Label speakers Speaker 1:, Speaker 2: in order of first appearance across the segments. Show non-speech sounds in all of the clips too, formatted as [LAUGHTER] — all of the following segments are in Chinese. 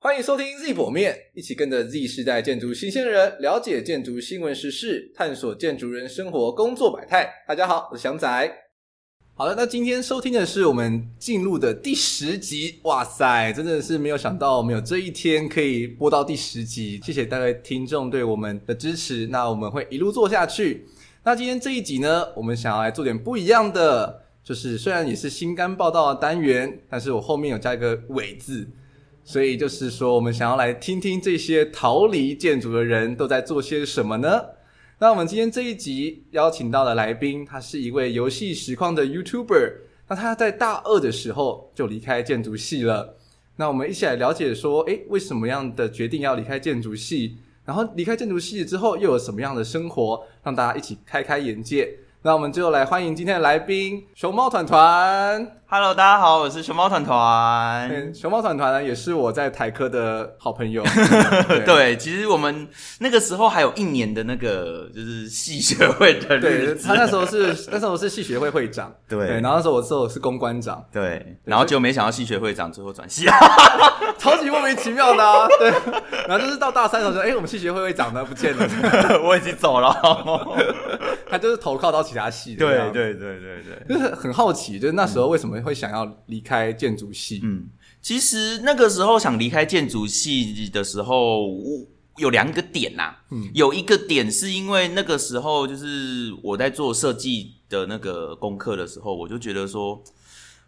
Speaker 1: 欢迎收听 Z 薄面，一起跟着 Z 世代建筑新鲜人了解建筑新闻时事，探索建筑人生活工作百态。大家好，我是祥仔。好的，那今天收听的是我们进入的第十集，哇塞，真的是没有想到我们有这一天可以播到第十集，谢谢各位听众对我们的支持，那我们会一路做下去。那今天这一集呢，我们想要来做点不一样的，就是虽然也是新肝报道的单元，但是我后面有加一个“伪”字，所以就是说我们想要来听听这些逃离建筑的人都在做些什么呢？那我们今天这一集邀请到的来宾，他是一位游戏实况的 YouTuber。那他在大二的时候就离开建筑系了。那我们一起来了解说，诶，为什么样的决定要离开建筑系？然后离开建筑系之后又有什么样的生活？让大家一起开开眼界。那我们就来欢迎今天的来宾熊猫团团。
Speaker 2: Hello，大家好，我是熊猫团团。
Speaker 1: 嗯，熊猫团团呢也是我在台科的好
Speaker 2: [LAUGHS]
Speaker 1: 朋友。
Speaker 2: 对，其实我们那个时候还有一年的那个就是系学会的
Speaker 1: 对，
Speaker 2: 日子
Speaker 1: 他，那时候是那时候我是系学会会长，
Speaker 2: 对
Speaker 1: 然后那时候我是我是公关长，
Speaker 2: 对，然后就没想到系学会长最后转系，啊
Speaker 1: 超级莫名其妙的啊， [LAUGHS] 对，然后就是到大三的时候，哎、我们系学会会长呢不见了，
Speaker 2: [LAUGHS]
Speaker 1: [LAUGHS]
Speaker 2: 我已经走了。
Speaker 1: 他就是投靠到其他系的，这样，
Speaker 2: [LAUGHS] 对啊对对对，
Speaker 1: 就是很好奇，就是那时候为什么会想要离开建筑系？
Speaker 2: 嗯，其实那个时候想离开建筑系的时候，我有两个点呐、
Speaker 1: 嗯
Speaker 2: 有一个点是因为那个时候就是我在做设计的那个功课的时候，我就觉得说，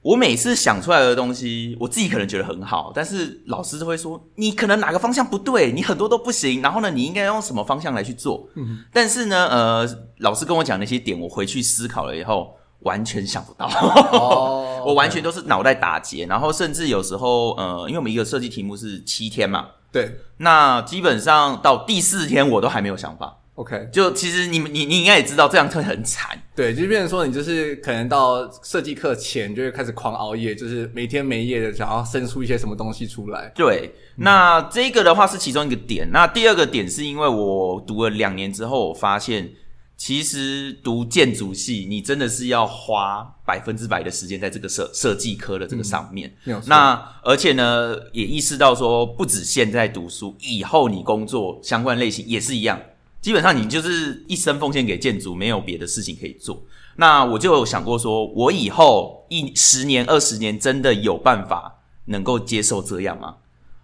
Speaker 2: 我每次想出来的东西，我自己可能觉得很好，但是老师就会说你可能哪个方向不对，你很多都不行，然后呢，你应该用什么方向来去做。
Speaker 1: 嗯
Speaker 2: 但是呢，呃，老师跟我讲那些点，我回去思考了以后，完全想不到。
Speaker 1: 哦
Speaker 2: 我完全都是脑袋打结，然后甚至有时候，呃，因为我们一个设计题目是七天嘛，
Speaker 1: 对
Speaker 2: 那基本上到第四天我都还没有想法。
Speaker 1: ，OK，
Speaker 2: 就其实你们你你应该也知道，这样会很惨。
Speaker 1: 对，就变成说你就是可能到设计课前就会开始狂熬夜，就是没天没夜的想要生出一些什么东西出来。嗯
Speaker 2: 对，那这个的话是其中一个点。那第二个点是因为我读了两年之后，我发现其实读建筑系，你真的是要花百分之百的时间在这个设设计科的这个上面。
Speaker 1: 没嗯有错
Speaker 2: 那而且呢，也意识到说，不止现在读书，以后你工作相关类型也是一样。基本上你就是一生奉献给建筑，没有别的事情可以做。那我就有想过说，我以后一十年、二十年，真的有办法能够接受这样吗？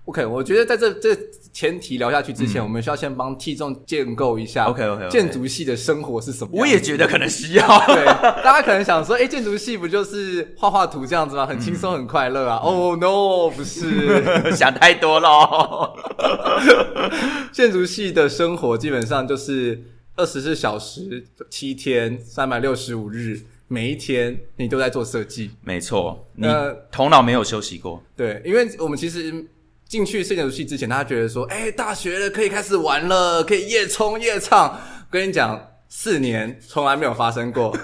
Speaker 1: OK，我觉得在这这前提聊下去之前，我们需要先帮 T 众建构一下
Speaker 2: 嗯 OK，OK，OK
Speaker 1: 建筑系的生活是什么样子。
Speaker 2: 我也觉得可能需要。 [LAUGHS]
Speaker 1: 对，大家可能想说，哎、建筑系不就是画画图这样子吗？很轻松，很快乐啊。
Speaker 2: 嗯
Speaker 1: 哦、no，不
Speaker 2: [LAUGHS]
Speaker 1: 是，
Speaker 2: 想太多了，
Speaker 1: 建筑系的生活基本上就是二十四小时、七天、三百六十五日，每一天你都在做设计。
Speaker 2: 没错，你
Speaker 1: 呃
Speaker 2: 头脑没有休息过，
Speaker 1: 对，因为我们其实进去摄影游戏之前，大家觉得说，哎、大学了可以开始玩了，可以夜冲夜唱。跟你讲，四年从来没有发生 [LAUGHS] 过，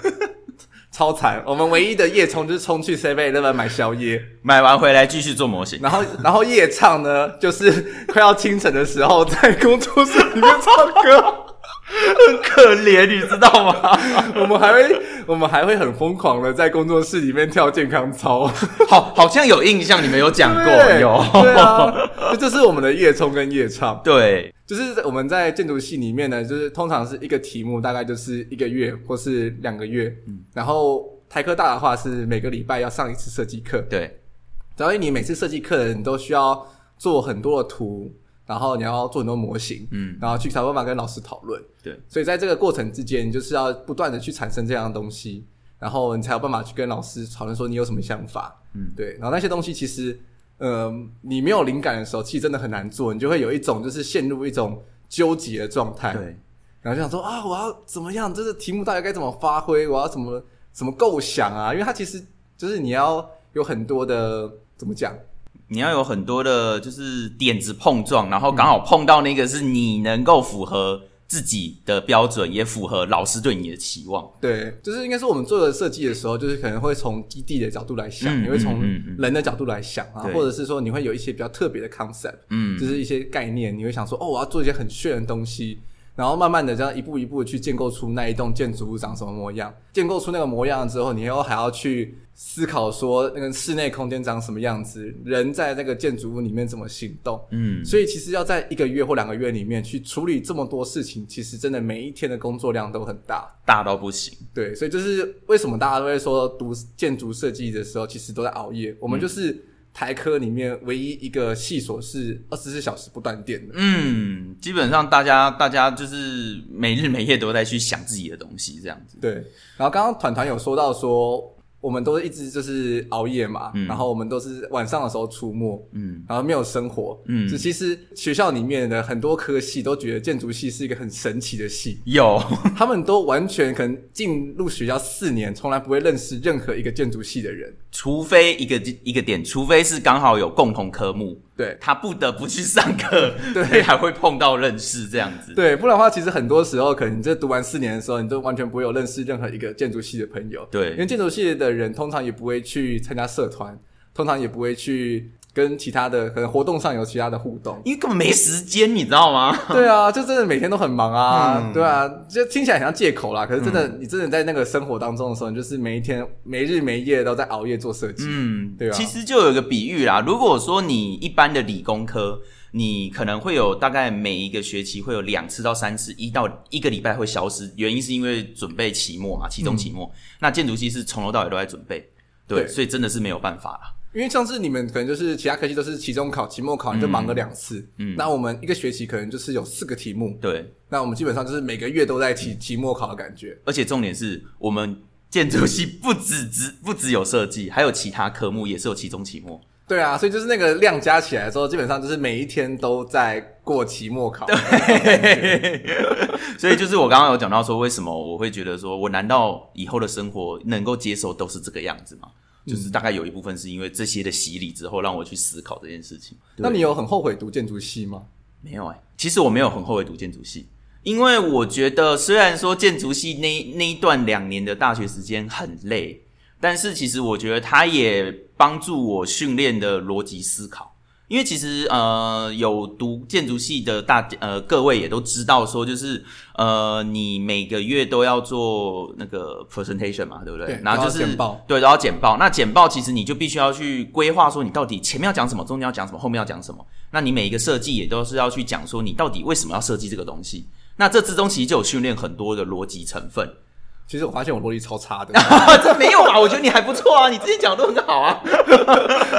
Speaker 1: 超惨。我们唯一的夜冲就是冲去 Seven Eleven 买宵夜，
Speaker 2: 买完回来继续做模型。
Speaker 1: 然后然后夜唱呢，就是 [LAUGHS] 快要清晨的时候，在工作室里面唱歌。
Speaker 2: 很可怜，你知道
Speaker 1: [LAUGHS]
Speaker 2: 吗？
Speaker 1: 我们还会我们还会很疯狂的在工作室里面跳健康操。
Speaker 2: 好，好像有印象，你们有讲过，
Speaker 1: [LAUGHS] 对
Speaker 2: 有，
Speaker 1: 对啊，这 [LAUGHS] 这是我们的夜冲跟夜唱。
Speaker 2: 对
Speaker 1: 就是在我们在建筑系里面呢，就是通常是一个题目大概就是一个月或是两个月，然后台科大的话是每个礼拜要上一次设计课，
Speaker 2: 对
Speaker 1: 然后你每次设计课你都需要做很多的图，然后你要做很多模型，
Speaker 2: 嗯
Speaker 1: 然后去想办法跟老师讨论，
Speaker 2: 对
Speaker 1: 所以在这个过程之间，你就是要不断的去产生这样的东西，然后你才有办法去跟老师讨论说你有什么想法，
Speaker 2: 嗯
Speaker 1: 对，然后那些东西其实，呃，你没有灵感的时候，其实真的很难做，你就会有一种就是陷入一种纠结的状态，，
Speaker 2: 对，
Speaker 1: 然后就想说啊，我要怎么样？这个题目到底该怎么发挥？我要怎么怎么构想啊？因为它其实就是你要有很多的怎么讲，
Speaker 2: 你要有很多的，就是点子碰撞，然后刚好碰到那个是你能够符合自己的标准，也符合老师对你的期望。
Speaker 1: 对，就是应该说我们做的设计的时候，就是可能会从基地的角度来想，
Speaker 2: 嗯
Speaker 1: 你会从
Speaker 2: 嗯嗯嗯
Speaker 1: 人的角度来想啊，
Speaker 2: 对
Speaker 1: 或者是说你会有一些比较特别的 concept，
Speaker 2: 嗯
Speaker 1: 就，是一些概念，你会想说哦，我要做一些很炫的东西。然后慢慢的这样一步一步地去建构出那一栋建筑物长什么模样。建构出那个模样之后，你又还要去思考说那个室内空间长什么样子，人在那个建筑物里面怎么行动。
Speaker 2: 嗯，
Speaker 1: 所以其实要在一个月或两个月里面去处理这么多事情，其实真的每一天的工作量都很大。
Speaker 2: 大到不行。
Speaker 1: 对，所以就是为什么大家都会说读建筑设计的时候，其实都在熬夜。我
Speaker 2: 嗯
Speaker 1: 们就是台科里面唯一一个系所是二十四小时不断电的。
Speaker 2: 嗯，基本上大家大家就是每日每夜都在去想自己的东西，这样子。
Speaker 1: 对，然后刚刚团团有说到说，我们都是一直就是熬夜嘛，
Speaker 2: 嗯
Speaker 1: 然后我们都是晚上的时候出没，
Speaker 2: 嗯
Speaker 1: 然后没有生活。
Speaker 2: 嗯
Speaker 1: 就，其实学校里面的很多科系都觉得建筑系是一个很神奇的系， [LAUGHS]
Speaker 2: 有 [LAUGHS]
Speaker 1: 他们都完全可能进入学校四年，从来不会认识任何一个建筑系的人。
Speaker 2: 除非一个一个点，除非是刚好有共同科目，
Speaker 1: 对，
Speaker 2: 他不得不去上课，
Speaker 1: 对
Speaker 2: 才会碰到认识这样子。
Speaker 1: 对，不然的话，其实很多时候可能你这读完四年的时候，你都完全不会有认识任何一个建筑系的朋友。
Speaker 2: 对。
Speaker 1: 因为建筑系的人通常也不会去参加社团，通常也不会去跟其他的可能活动上有其他的互动
Speaker 2: [LAUGHS] 因为根本没时间，你知道吗？
Speaker 1: 对啊，就真的每天都很忙啊，
Speaker 2: 嗯
Speaker 1: 对啊，就听起来很像借口啦。可是真的，你真的在那个生活当中的时候，你就是每一天没日没夜都在熬夜做设计。
Speaker 2: 嗯，
Speaker 1: 对啊
Speaker 2: 其实就有一个比喻啦，如果说你一般的理工科，你可能会有大概每一个学期会有两次到三次，一到一个礼拜会消失，原因是因为准备期末嘛，期中、期末。那建筑系是从头到尾都在准备，对，
Speaker 1: 嗯对
Speaker 2: 所以真的是没有办法啦。
Speaker 1: 因为像是你们可能就是其他科系都是期中考、期末考，你就忙个两次。
Speaker 2: 嗯
Speaker 1: 那我们一个学期可能就是有四个题目，
Speaker 2: 对，
Speaker 1: 那我们基本上就是每个月都在期期末考的感觉。
Speaker 2: 而且重点是我们建筑系不只只不只有设计，还有其他科目也是有期中、期末。
Speaker 1: 对啊，所以就是那个量加起来之后，基本上就是每一天都在过期末考。
Speaker 2: 所以就是我刚刚有讲到说，为什么我会觉得说，我难道以后的生活能够接受都是这个样子吗？就是大概有一部分是因为这些的洗礼之后，让我去思考这件事情。
Speaker 1: [LAUGHS] 那你有很后悔读建筑系吗？
Speaker 2: 没有哎、其实我没有很后悔读建筑系，因为我觉得虽然说建筑系那那一段两年的大学时间很累，但是其实我觉得它也帮助我训练的逻辑思考。因为其实呃，有读建筑系的大呃各位也都知道说，就是呃，你每个月都要做那个 presentation 嘛，对不对？
Speaker 1: 对
Speaker 2: 然后就
Speaker 1: 都
Speaker 2: 是
Speaker 1: 要简报
Speaker 2: 对，都要简报。那简报其实你就必须要去规划，说你到底前面要讲什么，中间要讲什么，后面要讲什么。那你每一个设计也都是要去讲说你到底为什么要设计这个东西。那这之中其实就有训练很多的逻辑成分。
Speaker 1: 其实我发现我逻辑超差的， [LAUGHS]
Speaker 2: 啊，这没有啊，我觉得你还不错啊，你之前讲的都很
Speaker 1: [LAUGHS]
Speaker 2: 好啊。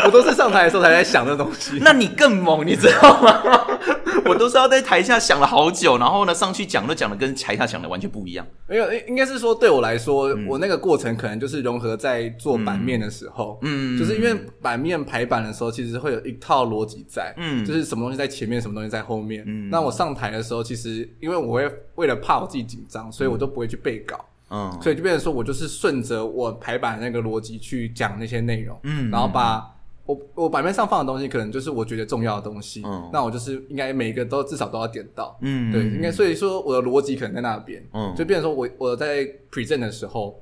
Speaker 1: 我都是上台的时候才在想这东西。 [LAUGHS]
Speaker 2: 那你更猛，你知道吗？ [LAUGHS] 我都是要在台下想了好久，然后呢上去讲都讲的跟台下讲的完全不一样。
Speaker 1: 没有，应应该是说对我来说，
Speaker 2: 嗯
Speaker 1: 我那个过程可能就是融合在做版面的时候，
Speaker 2: 嗯
Speaker 1: 就是因为版面排版的时候，其实会有一套逻辑在，
Speaker 2: 嗯
Speaker 1: 就是什么东西在前面，什么东西在后面。那我上台的时候，其实因为我会为了怕我自己紧张，所以我都不会去背稿。
Speaker 2: 嗯
Speaker 1: 所以就变成说我就是顺着我排版那个逻辑去讲那些内容，
Speaker 2: 嗯
Speaker 1: 然后把我我版面上放的东西，可能就是我觉得重要的东西，
Speaker 2: 嗯
Speaker 1: 那我就是应该每个都至少都要点到，
Speaker 2: 嗯
Speaker 1: 对，应该所以说我的逻辑可能在那边，
Speaker 2: 嗯
Speaker 1: 就变成说我我在 present 的时候。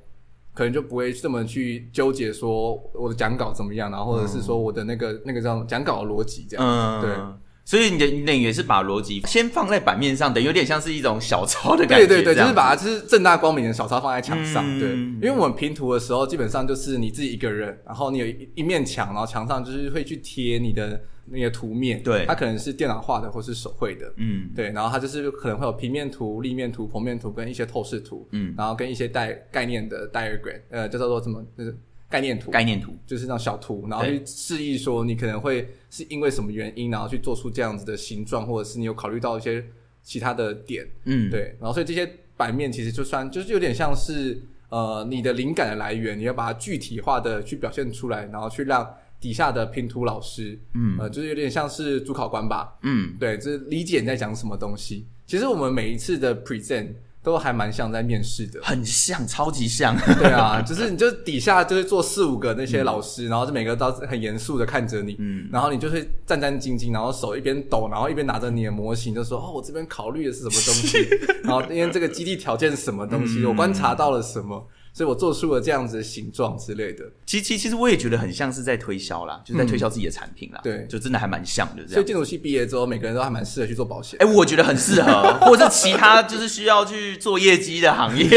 Speaker 1: 可能就不会这么去纠结说我的讲稿怎么样，然啊后或者是说我的那个、那个叫什么讲稿的逻辑这样。
Speaker 2: 嗯
Speaker 1: 对。
Speaker 2: 所以你的你等于也是把逻辑先放在版面上，等于有点像是一种小抄的感
Speaker 1: 对
Speaker 2: 觉。
Speaker 1: 对对，
Speaker 2: 这
Speaker 1: 就
Speaker 2: 样
Speaker 1: 是把它就是正大光明的小抄放在墙上，
Speaker 2: 嗯
Speaker 1: 对，因为我们平图的时候基本上就是你自己一个人，然后你有一一面墙，然后墙上就是会去贴你的那个图面，
Speaker 2: 对
Speaker 1: 它可能是电脑画的或是手绘的。
Speaker 2: 嗯
Speaker 1: 对，然后它就是可能会有平面图、立面图、剖面图跟一些透视图，
Speaker 2: 嗯
Speaker 1: 然后跟一些概概念的 diagram，呃，叫做什么？就是概念图，
Speaker 2: 概念图。
Speaker 1: 就是那种小图，然后去示意说你可能会是因为什么原因，然后去做出这样子的形状，或者是你有考虑到一些其他的点，
Speaker 2: 嗯，
Speaker 1: 对，然后所以这些版面其实就算就是有点像是呃你的灵感的来源，你要把它具体化的去表现出来，然后去让底下的拼图老师，
Speaker 2: 嗯
Speaker 1: 呃，就是有点像是主考官吧，
Speaker 2: 嗯，，
Speaker 1: 对，就是理解你在讲什么东西。其实我们每一次的 present 都还蛮像在面试的
Speaker 2: 很像，超级像。 [LAUGHS]
Speaker 1: [LAUGHS] 对啊，就是你就底下就是坐四五个那些老师，然后就每个都很严肃的看着你，
Speaker 2: 嗯
Speaker 1: 然后你就会战战兢兢，然后手一边抖，然后一边拿着你的模型，就说：“哦，我
Speaker 2: [LAUGHS]
Speaker 1: 这边考虑的是什么东西？然后因为这个基地条件是什么东西，
Speaker 2: 嗯
Speaker 1: 我观察到了什么。”所以我做出了这样子的形状之类的。
Speaker 2: 其其其实我也觉得很像是在推销啦，就是在推销自己的产品啦，
Speaker 1: 嗯对
Speaker 2: 就真的还蛮像的这
Speaker 1: 所以
Speaker 2: 样。
Speaker 1: 建筑系毕业之后，每个人都还蛮适合去做保险。
Speaker 2: 哎、我觉得很适合，或者是其他就是需要去做业绩的
Speaker 1: [LAUGHS]
Speaker 2: 行业。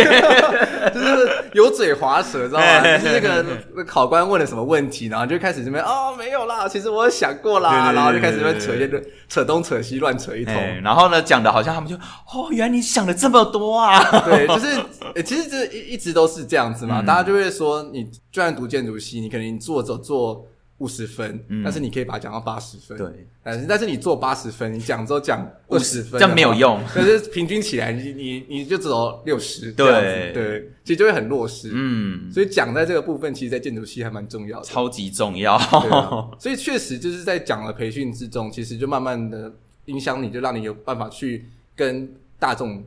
Speaker 1: [LAUGHS] 就是油嘴滑舌，知道吗？
Speaker 2: 哎
Speaker 1: 就是那
Speaker 2: [LAUGHS]
Speaker 1: 个那考官问了什么问题，然后就开始这边哦没有啦，其实我有想过
Speaker 2: 对对
Speaker 1: 啦，
Speaker 2: 对
Speaker 1: 然后就开始这边扯一些乱扯东扯西，乱扯一通。
Speaker 2: 哎然后呢，讲的好像他们就哦，原来你想的这么多啊。
Speaker 1: [LAUGHS] 对，就是呃其实这一一直都是这样子嘛，
Speaker 2: 嗯
Speaker 1: 大家就会说，你就算读建筑系，你可能你做走做五十分，但是你可以把它讲到八十分。
Speaker 2: 嗯对，
Speaker 1: 但是但是你做八十分，你讲之后讲二十分，
Speaker 2: 这样没有用。
Speaker 1: 可是平均起来，你你你就只有六十，
Speaker 2: 对
Speaker 1: 对，其实就会很弱势。
Speaker 2: 嗯，
Speaker 1: 所以讲在这个部分，其实，在建筑系还蛮重要的。
Speaker 2: 超级重要。
Speaker 1: 对啊，
Speaker 2: [LAUGHS]
Speaker 1: 所以确实就是在讲了培训之中，其实就慢慢的影响你，就让你有办法去跟大众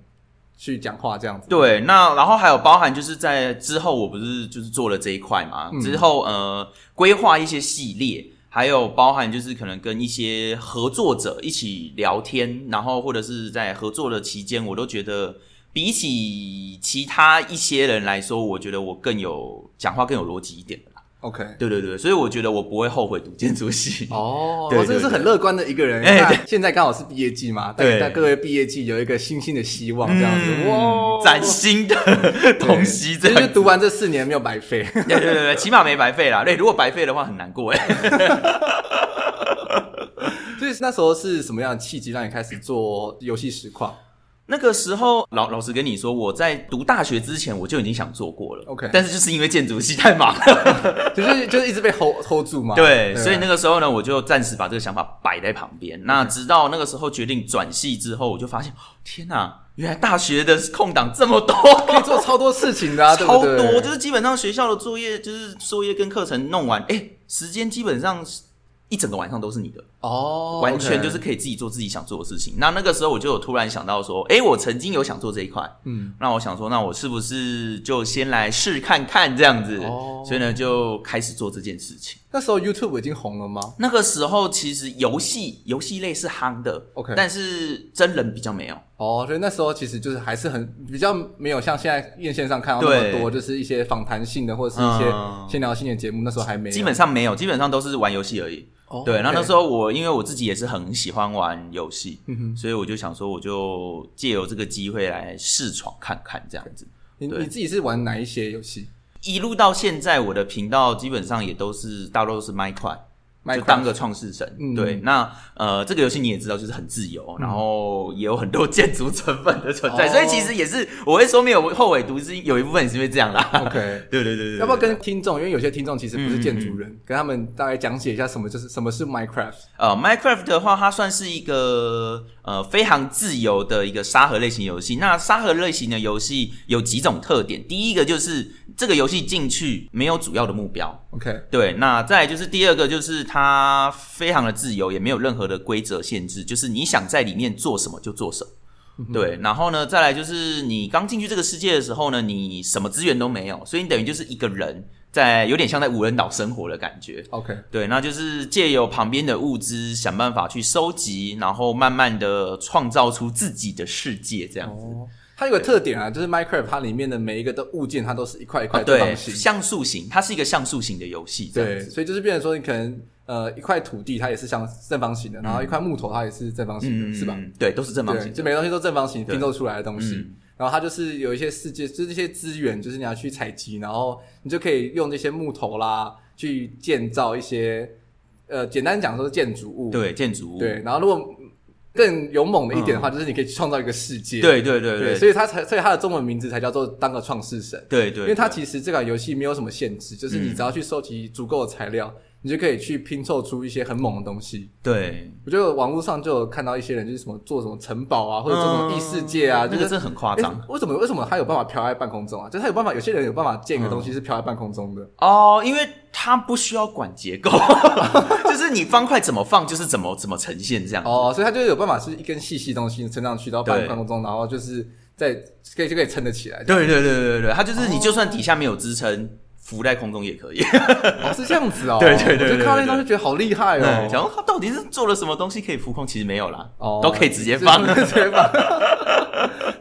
Speaker 1: 去讲话这样子。
Speaker 2: 对，那然后还有包含就是在之后，我不是就是做了这一块嘛，之后呃规划一些系列，还有包含就是可能跟一些合作者一起聊天，然后或者是在合作的期间，我都觉得比起其他一些人来说，我觉得我更有讲话更有逻辑一 [LAUGHS] 点啦。
Speaker 1: ，OK。
Speaker 2: 对对对，所以我觉得我不会后悔读建筑系。
Speaker 1: 哦，
Speaker 2: 对
Speaker 1: 我
Speaker 2: 对
Speaker 1: 真的是很乐观的一个人。
Speaker 2: 哎
Speaker 1: 那现在刚好是毕业季嘛，
Speaker 2: 对
Speaker 1: 但但各位毕业季有一个新兴的希望，这样子
Speaker 2: 嗯
Speaker 1: 哇，，
Speaker 2: 崭新 [LAUGHS] 的
Speaker 1: 对
Speaker 2: 东西，这
Speaker 1: 就
Speaker 2: 样
Speaker 1: 是读完这四年没有白费。 [LAUGHS]
Speaker 2: 对对对对，起码没白费啦。对，如果白费的话很难过哎。
Speaker 1: 所以那时候是什么样的契机让你开始做游戏实况？
Speaker 2: 那个时候，老老实跟你说，我在读大学之前我就已经想做过了。
Speaker 1: OK
Speaker 2: 但是就是因为建筑系太忙
Speaker 1: [LAUGHS]
Speaker 2: 了，
Speaker 1: 就是就是一直被 hold hold 住嘛。
Speaker 2: 对，
Speaker 1: 吧
Speaker 2: 所以那个时候呢，我就暂时把这个想法摆在旁边。
Speaker 1: 嗯
Speaker 2: 那直到那个时候决定转系之后，我就发现，哦天哪、原来大学的空档这
Speaker 1: [LAUGHS]
Speaker 2: 么多，
Speaker 1: 可以做超多事情的啊，啊对
Speaker 2: 超
Speaker 1: 不
Speaker 2: 多，
Speaker 1: 对
Speaker 2: 就是基本上学校的作业，就是作业跟课程弄完，哎、时间基本上是一整个晚上都是你的。
Speaker 1: 哦，
Speaker 2: 完全
Speaker 1: OK
Speaker 2: 就是可以自己做自己想做的事情。那那个时候我就有突然想到说，诶，我曾经有想做这一块，
Speaker 1: 嗯，
Speaker 2: 那我想说，那我是不是就先来试看看这样子？
Speaker 1: 哦
Speaker 2: 所以呢，就开始做这件事情。
Speaker 1: 那时候 YouTube 已经红了吗？
Speaker 2: 那个时候其实游戏游戏类是夯的
Speaker 1: OK
Speaker 2: 但是真人比较没有。
Speaker 1: 哦，所以那时候其实就是还是很比较没有像现在院线上看到那么
Speaker 2: 对
Speaker 1: 多，就是一些访谈性的或者是一些
Speaker 2: 嗯
Speaker 1: 闲聊性的节目，那时候还没有。
Speaker 2: 基本上没有，基本上都是玩游戏而已。
Speaker 1: 哦
Speaker 2: 对，然后那
Speaker 1: OK
Speaker 2: 时候我因为我自己也是很喜欢玩游戏，
Speaker 1: 嗯哼
Speaker 2: 所以我就想说，我就借由这个机会来试闯看看这样子。
Speaker 1: 你
Speaker 2: 对
Speaker 1: 你自己是玩哪一些游戏？
Speaker 2: 一路到现在，我的频道基本上也都是大多都是 m i c r o 就
Speaker 1: Minecraft
Speaker 2: 当个创世神。
Speaker 1: 嗯
Speaker 2: 对，那呃，这个游戏你也知道，就是很自由，然后也有很多建筑成分的存在，
Speaker 1: 哦
Speaker 2: 所以其实也是我会说没有后悔读，是有一部分也是因为这样啦。
Speaker 1: OK
Speaker 2: [LAUGHS] 对对对对，
Speaker 1: 哦
Speaker 2: 嗯
Speaker 1: 要不要跟听众？因为有些听众其实不是建筑人，跟他们大概讲解一下什么就是什么是 Minecraft。
Speaker 2: 呃，Minecraft 的话，它算是一个呃非常自由的一个沙盒类型游戏。那沙盒类型的游戏有几种特点，第一个就是这个游戏进去没有主要的目标，
Speaker 1: OK，
Speaker 2: 对，那再来就是第二个，就是它非常的自由，也没有任何的规则限制，就是你想在里面做什么就做什么。
Speaker 1: 嗯
Speaker 2: 对，然后呢，再来就是你刚进去这个世界的时候呢，你什么资源都没有，所以你等于就是一个人在，有点像在无人岛生活的感觉。
Speaker 1: OK，
Speaker 2: 对，那就是借由旁边的物资，想办法去收集，然后慢慢的创造出自己的世界，这样子。
Speaker 1: 哦，它有个特点啊，就是 Minecraft 它里面的每一个的物件，它都是一块一块的
Speaker 2: 啊对，
Speaker 1: 放型。
Speaker 2: 像素型，它是一个像素型的游戏，这样
Speaker 1: 对，所以就是变成说，你可能呃一块土地它也是像正方形的，然后一块木头它也是正方形的，
Speaker 2: 嗯
Speaker 1: 是吧？？
Speaker 2: 对，都是正方
Speaker 1: 对，
Speaker 2: 形。
Speaker 1: 就每个东西都正方形
Speaker 2: 对
Speaker 1: 拼凑出来的东西
Speaker 2: 嗯。
Speaker 1: 然后它就是有一些世界，就是这些资源，就是你要去采集，然后你就可以用这些木头啦，去建造一些呃，简单讲说是建筑物。
Speaker 2: 对，建筑物。
Speaker 1: 对，然后如果更勇猛的一点的话，就是你可以去创造一个世界。
Speaker 2: 嗯对对对
Speaker 1: 对，
Speaker 2: 对，
Speaker 1: 所以它才，所以它的中文名字才叫做当个创世神。
Speaker 2: 对对，
Speaker 1: 因为它
Speaker 2: 对嗯
Speaker 1: 其实这款游戏没有什么限制，就是你只要去收集足够的材料，你就可以去拼凑出一些很猛的东西。
Speaker 2: 对
Speaker 1: 我觉得网络上就有看到一些人就是什么做什么城堡啊，或者做什么异世界啊，
Speaker 2: 嗯
Speaker 1: 就
Speaker 2: 那
Speaker 1: 是
Speaker 2: 个真的很夸张
Speaker 1: 诶为什么为什么他有办法飘在半空中啊？就是他有办法，有些人有办法建一个东西是飘在半空中的。
Speaker 2: 哦，因为它不需要管结构， [LAUGHS] 就是你方块怎么放就是怎么怎么呈现这样。
Speaker 1: 哦，所以他就有办法是一根细细东西撑上去到半
Speaker 2: 对
Speaker 1: 半空中，然后就是在可以就可以撑得起来。
Speaker 2: 对对对对对对，它就是你就算底下没有支撑，浮在空中也可以。
Speaker 1: 哦，是这样子哦。
Speaker 2: [LAUGHS] 对对对对
Speaker 1: 我就看到那东西觉得好厉害
Speaker 2: 对，
Speaker 1: 哦。
Speaker 2: [LAUGHS] 想说它到底是做了什么东西可以浮空，其实没有啦
Speaker 1: 哦，
Speaker 2: 都可以直接放。
Speaker 1: 直接放。 [LAUGHS]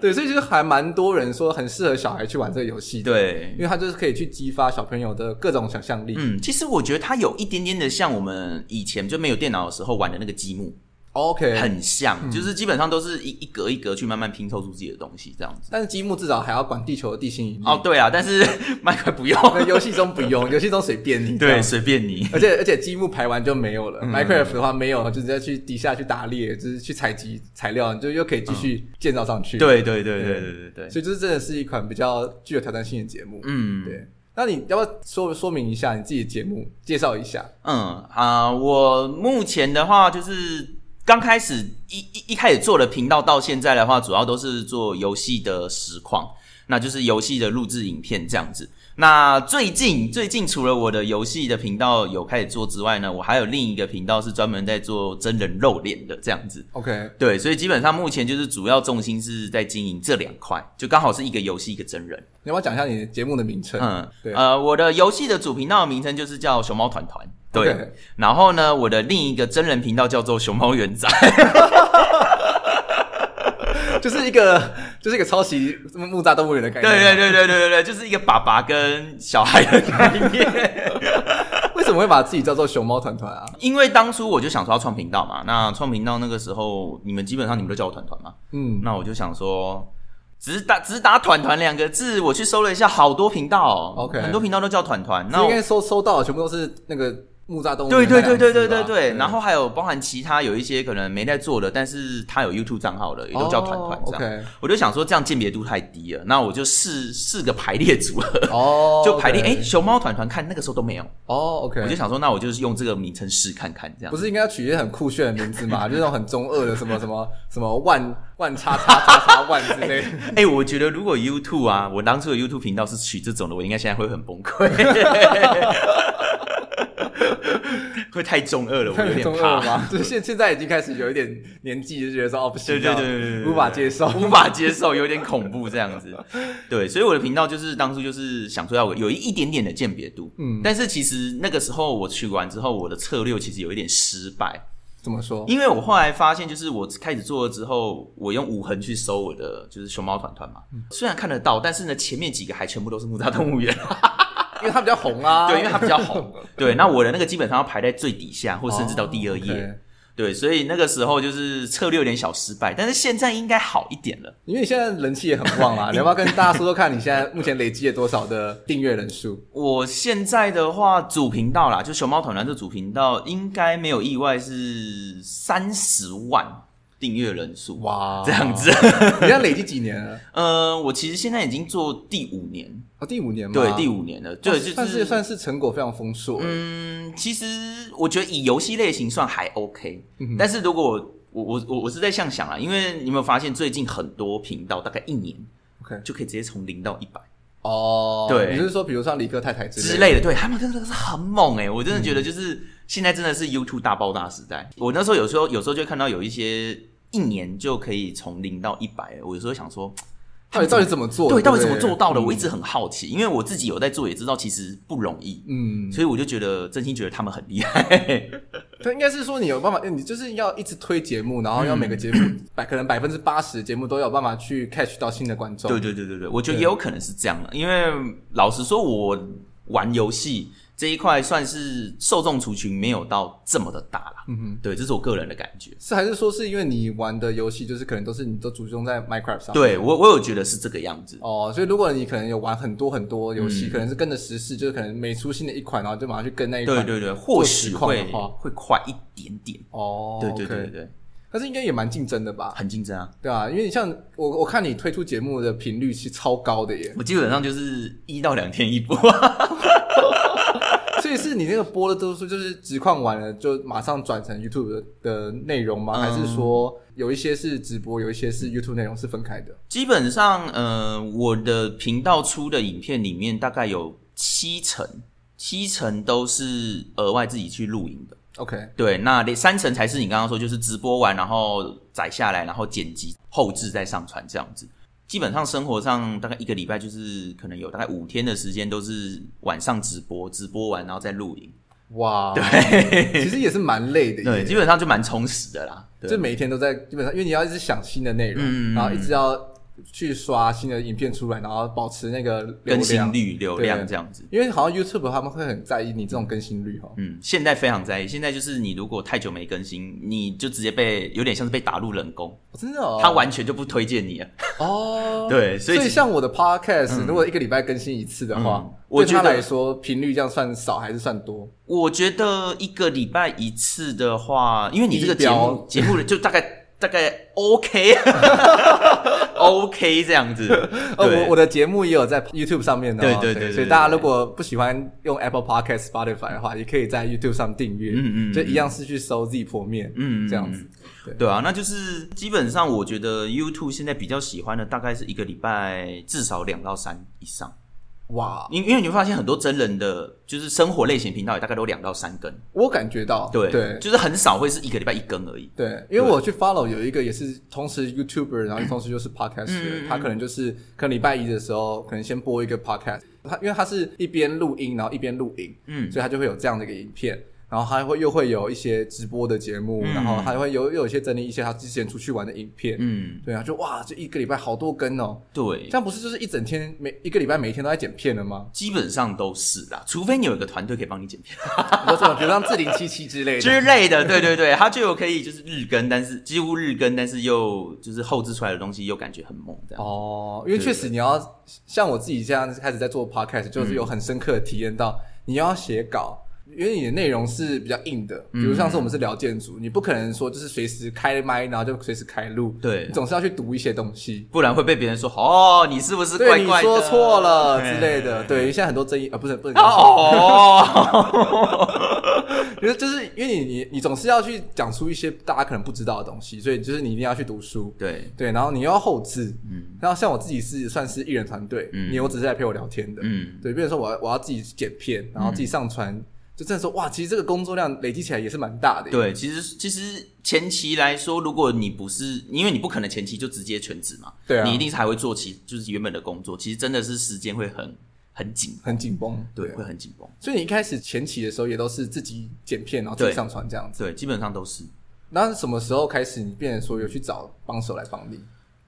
Speaker 1: 对，所以其实还蛮多人说很适合小孩去玩这个游戏的，
Speaker 2: [LAUGHS] 对
Speaker 1: 因，为它就是可以去激发小朋友的各种想象力。
Speaker 2: 嗯，其实我觉得它有一点点的像我们以前就没有电脑的时候玩的那个积木，
Speaker 1: OK，
Speaker 2: 很像，就是基本上都是一一格一格去慢慢拼凑出自己的东西这样子。
Speaker 1: 但是积木至少还要管地球的地心引力。
Speaker 2: 哦，对啊，但是 [LAUGHS] 麦克不用，
Speaker 1: [LAUGHS] 那游戏中不
Speaker 2: [LAUGHS]
Speaker 1: 用，游戏中随便你。
Speaker 2: 对，，嗯随便你。
Speaker 1: 而且而且积木排完就没有了、m i n e c r a f t 的话没有，就直接去底下去打猎，就是去采集材料，你就又可以继续建造上去。，
Speaker 2: 嗯对对对对对对对，
Speaker 1: 所以就是真的是一款比较具有挑战性的节目。
Speaker 2: 嗯，
Speaker 1: 对。那你要不要说说明一下你自己的节目，介绍一下？
Speaker 2: 嗯啊、我目前的话就是刚开始一一一开始做的频道到现在的话，主要都是做游戏的实况，那就是游戏的录制影片这样子。那最近最近除了我的游戏的频道有开始做之外呢，我还有另一个频道是专门在做真人露脸的这样子。
Speaker 1: OK，
Speaker 2: 对，所以基本上目前就是主要重心是在经营这两块，就刚好是一个游戏一个真人。
Speaker 1: 你要不要讲一下你的节目的名称？
Speaker 2: 嗯，
Speaker 1: 对
Speaker 2: 呃，我的游戏的主频道的名称就是叫熊猫团团，对。
Speaker 1: OK
Speaker 2: 然后呢，我的另一个真人频道叫做熊猫园长，
Speaker 1: 就是一个就是一个抄袭木栅动物园的概
Speaker 2: 对
Speaker 1: 念。啊
Speaker 2: 对对对对对对，就是一个爸爸跟小孩的概念。
Speaker 1: 为什么会把自己叫做熊猫团团啊？
Speaker 2: 因为当初我就想说要创频道嘛，那创频道那个时候，你们基本上你们都叫我团团嘛，
Speaker 1: 嗯，
Speaker 2: 那我就想说。只打只打“团团”两个字，我去搜了一下，好多频道哦
Speaker 1: OK
Speaker 2: 很多频道都叫“团团”。那
Speaker 1: 应
Speaker 2: 我
Speaker 1: 该收收到的全部都是那个木栅动物
Speaker 2: 对
Speaker 1: 园
Speaker 2: 对
Speaker 1: 那两个
Speaker 2: 对
Speaker 1: 字吧。
Speaker 2: 对对对
Speaker 1: 嗯
Speaker 2: 对，然后还有包含其他有一些可能没在做的，但是他有 YouTube 账号的，也都叫团团
Speaker 1: 哦
Speaker 2: 这样。
Speaker 1: 样。
Speaker 2: 我就想说这样鉴别度太低了，那我就试试个排列组合，
Speaker 1: OK，哦，
Speaker 2: 就排列。
Speaker 1: OK
Speaker 2: 哎，熊猫团团看那个时候都没有，
Speaker 1: 哦，OK，
Speaker 2: 我就想说那我就是用这个名称试看看这样
Speaker 1: 不。是应该要取一些很酷炫的名字
Speaker 2: [LAUGHS]
Speaker 1: 嘛？就是那种很中二的什么什么什么万万叉叉叉叉万之类
Speaker 2: [LAUGHS]
Speaker 1: 的。
Speaker 2: 哎，我觉得如果 YouTube 啊，我当初的 YouTube 频道是取这种的，我应该现在会很
Speaker 1: [LAUGHS]
Speaker 2: 崩溃，会太中二了，我哎有
Speaker 1: 中
Speaker 2: 点
Speaker 1: 二
Speaker 2: 怕。
Speaker 1: 吗？就是现现在已经开始有一点年纪，就觉得说哦不行，
Speaker 2: 对对
Speaker 1: 这
Speaker 2: 对
Speaker 1: 样
Speaker 2: 对对，
Speaker 1: 无法接受。
Speaker 2: 无法接受，有点恐怖这
Speaker 1: [LAUGHS]
Speaker 2: 样子。对，所以我的频道就是当初就是想说要有一点点的鉴别度，嗯，但是其实那个时候我去完之后，我的策略其实有一点失败，
Speaker 1: 怎么说？
Speaker 2: 因为我后来发现，就是我开始做了之后，我用无痕去搜我的就是熊猫团团嘛，
Speaker 1: 嗯
Speaker 2: 虽然看得到，但是呢前面几个还全部都是木栅动
Speaker 1: [LAUGHS]
Speaker 2: 物园，
Speaker 1: 因为它比较红啊，
Speaker 2: 对，因为它比较红，
Speaker 1: [LAUGHS]
Speaker 2: 对，那我的那个基本上要排在最底下，或甚至到第二页。
Speaker 1: 哦，OK
Speaker 2: 对，所以那个时候就是策略有点小失败，但是现在应该好一点了。
Speaker 1: 因为你现在人气也很旺啊啦，
Speaker 2: [LAUGHS]
Speaker 1: 你要不要跟大家说说看，你现在目前累积了多少的订阅人数？
Speaker 2: 我现在的话，主频道啦，就熊猫团团这主频道，应该没有意外是三十万订阅人数，
Speaker 1: 哇
Speaker 2: [LAUGHS] 这样，子。
Speaker 1: 你现在累积几年了？
Speaker 2: 呃，我其实现在已经做第五年，
Speaker 1: 哦，第五年吗？
Speaker 2: 对，第
Speaker 1: 五，
Speaker 2: 五年了，对，就
Speaker 1: 哦算
Speaker 2: 是
Speaker 1: 是算是成果非常丰硕。
Speaker 2: 嗯，其实我觉得以游戏类型算还 OK，、
Speaker 1: 嗯
Speaker 2: 但是如果我我我我是在想想啊，因为你有没有发现最近很多频道大概一年
Speaker 1: OK，
Speaker 2: 就可以直接从零到一百。
Speaker 1: 哦，
Speaker 2: 对
Speaker 1: 你是说比如像理科太太之
Speaker 2: 之
Speaker 1: 类的？
Speaker 2: 类的，对他们真的是很猛哎、我真的觉得就是、现在真的是 YouTube 大爆炸时代。我那时候有时候有时候就会看到有一些一年就可以从零到一百，我有时候想说，
Speaker 1: 到底到底怎么做的？
Speaker 2: 对，嗯
Speaker 1: 对
Speaker 2: 到
Speaker 1: 不
Speaker 2: 底
Speaker 1: 对，嗯
Speaker 2: 怎么做到的？我一直很好奇，因为我自己有在做，也知道其实不容易，
Speaker 1: 嗯，
Speaker 2: 所以我就觉得真心觉得他们很厉害。
Speaker 1: 对，应该是说你有办法，你就是要一直推节目，然后要
Speaker 2: 嗯
Speaker 1: 每个节目百、可能百分之八十节目都有办法去 catch 到新的观众。
Speaker 2: 对对对对对，我觉得也有可能是这样的，因为老实说，我玩游戏这一块算是受众族群没有到这么的大啦。嗯哼，对，这是我个人的感觉。
Speaker 1: 是还是说是因为你玩的游戏就是可能都是你都集中在 Minecraft 上？。
Speaker 2: 对我，我有觉得是这个样子。
Speaker 1: 哦，所以如果你可能有玩很多很多游
Speaker 2: 嗯
Speaker 1: 戏，可能是跟着时事，就是可能每出新的一款，然后就马上去跟那一款。
Speaker 2: 对对对，或许
Speaker 1: 实况
Speaker 2: 会
Speaker 1: 的话
Speaker 2: 会快一点点。
Speaker 1: 哦，
Speaker 2: 对对对对
Speaker 1: OK
Speaker 2: 对，
Speaker 1: 但是应该也蛮竞争的吧？
Speaker 2: 很竞争啊！
Speaker 1: 对啊，因为你像我，我看你推出节目的频率是超高的耶， [LAUGHS]
Speaker 2: 我基本上就是一到两天一播，
Speaker 1: 所以是你那个播的都是就是直况完了就马上转成 YouTube 的的内容
Speaker 2: 嗯
Speaker 1: 吗？还是说有一些是直播，有一些是 YouTube 内容是分开的？
Speaker 2: 基本上，呃，我的频道出的影片里面大概有七成，七成都是额外自己去录影的。
Speaker 1: OK，
Speaker 2: 对，那那三成才是你刚刚说，就是直播完然后载下来，然后剪辑后置再上传这样子。基本上生活上大概一个礼拜就是可能有大概五天的时间都是晚上直播，直播完然后再录影。 [LAUGHS]
Speaker 1: 哇，对，其实也是蛮累的
Speaker 2: 对，
Speaker 1: 耶，
Speaker 2: 基本上就蛮充实的啦。对啊
Speaker 1: 就每一天都在基本上，因为你要一直想新的内容，
Speaker 2: 嗯
Speaker 1: 然后一直要去刷新的影片出来，然后保持那个流
Speaker 2: 更
Speaker 1: 量
Speaker 2: 新。率、流量
Speaker 1: 对
Speaker 2: 这样子。
Speaker 1: 因为好像 YouTube 他们会很在意你这种更新率哈、哦。
Speaker 2: 嗯，现在非常在意。现在就是你如果太久没更新，你就直接被有点像是被打入冷宫，
Speaker 1: 真的哦，
Speaker 2: 他完全就不推
Speaker 1: [LAUGHS]
Speaker 2: 荐你了。
Speaker 1: 哦，
Speaker 2: 对
Speaker 1: 所
Speaker 2: 所以其实
Speaker 1: 像我的 Podcast，、如果一个礼拜更新一次的话，
Speaker 2: 嗯我
Speaker 1: 对他
Speaker 2: 觉得
Speaker 1: 来说频率这样算少还是算多？
Speaker 2: 我觉得一个礼拜一次的话，因为你这个
Speaker 1: 仪
Speaker 2: 节
Speaker 1: 表
Speaker 2: 目节目就
Speaker 1: [LAUGHS]
Speaker 2: 大概大概 OK OK 这样子。
Speaker 1: 呃，
Speaker 2: 对
Speaker 1: 我我的节目也有在 YouTube 上面的、哦，
Speaker 2: 对对对对
Speaker 1: 所以
Speaker 2: 对
Speaker 1: 大家
Speaker 2: 对
Speaker 1: 如果不喜欢用 Apple Podcast、Spotify 的话，也可以在 YouTube 上订阅，
Speaker 2: 嗯嗯嗯
Speaker 1: 就一样是去搜 Z 婆面，
Speaker 2: 嗯嗯嗯
Speaker 1: 这样子，
Speaker 2: 对啊，那就是基本上我觉得 YouTube 现在比较喜欢的大概是一个礼拜至少两到三以上。
Speaker 1: 哇，
Speaker 2: 因因为你会发现很多真人的，就是生活类型频道也大概都两到三更，
Speaker 1: 我感觉到，
Speaker 2: 对，
Speaker 1: 对
Speaker 2: 就是很少会是一个礼拜一更而已。
Speaker 1: 对，因为我去 follow 有一个也是同时 YouTuber，然后同时就是 Podcast，、
Speaker 2: 嗯嗯嗯
Speaker 1: 他可能就是可能礼拜一的时候，可能先播一个 Podcast，他因为他是一边录音，然后一边录影，
Speaker 2: 嗯
Speaker 1: 所以他就会有这样的一个影片。然后他会又会有一些直播的节目，
Speaker 2: 嗯
Speaker 1: 然后还会有又有一些整理一些他之前出去玩的影片，
Speaker 2: 嗯，
Speaker 1: 对啊，就哇，这一个礼拜好多更哦，
Speaker 2: 对？
Speaker 1: 这，样不是就是一整天每一个礼拜每一天都在剪片了吗
Speaker 2: 基本上都是啦，除非你有一个团队可以帮你剪片
Speaker 1: 我说什么，比如像四零七七之类的，
Speaker 2: 之类的，对对对，它就有可以就是日更，但是几乎日更，但是又就是后置出来的东西又感觉很猛这样。
Speaker 1: 哦，因为确实你要像我自己这样开始在做 podcast，就是
Speaker 2: 嗯
Speaker 1: 有很深刻的体验到你要写稿。因为你的内容是比较硬的，
Speaker 2: 嗯
Speaker 1: 比如上次我们是聊建筑，你不可能说就是随时开麦，然后就随时开录，
Speaker 2: 对
Speaker 1: 你总是要去读一些东西，
Speaker 2: 不然会被别人说哦，你是不是怪
Speaker 1: 对，你
Speaker 2: 怪的？
Speaker 1: 说错了之类
Speaker 2: 哎。
Speaker 1: 的，对，现在很多争议，呃，不是不
Speaker 2: [LAUGHS]
Speaker 1: 能这样说
Speaker 2: 哦，
Speaker 1: 就是就是因为你你你总是要去讲出一些大家可能不知道的东西，所以就是你一定要去读书，
Speaker 2: [LAUGHS] 对，
Speaker 1: 对，然后你又要后置，
Speaker 2: 嗯
Speaker 1: 然后像我自己是算是艺人团队，
Speaker 2: 嗯
Speaker 1: 你我只是来陪我聊天的，
Speaker 2: 嗯，
Speaker 1: 对，比如说我要我要自己剪片，然后自己上传，就真的说哇，其实这个工作量累积起来也是蛮大的，，
Speaker 2: 对，其实其实前期来说，如果你不是，因为你不可能前期就直接全职嘛，
Speaker 1: 对啊
Speaker 2: 你一定是还会做其就是原本的工作，其实真的是时间会很很紧，
Speaker 1: 很紧绷，
Speaker 2: 对，会很紧绷，
Speaker 1: 所以你一开始前期的时候也都是自己剪片，然后自己
Speaker 2: 对
Speaker 1: 上传这样子。
Speaker 2: 对，基本上都是。
Speaker 1: 那是什么时候开始你变成说有去找帮手来帮你？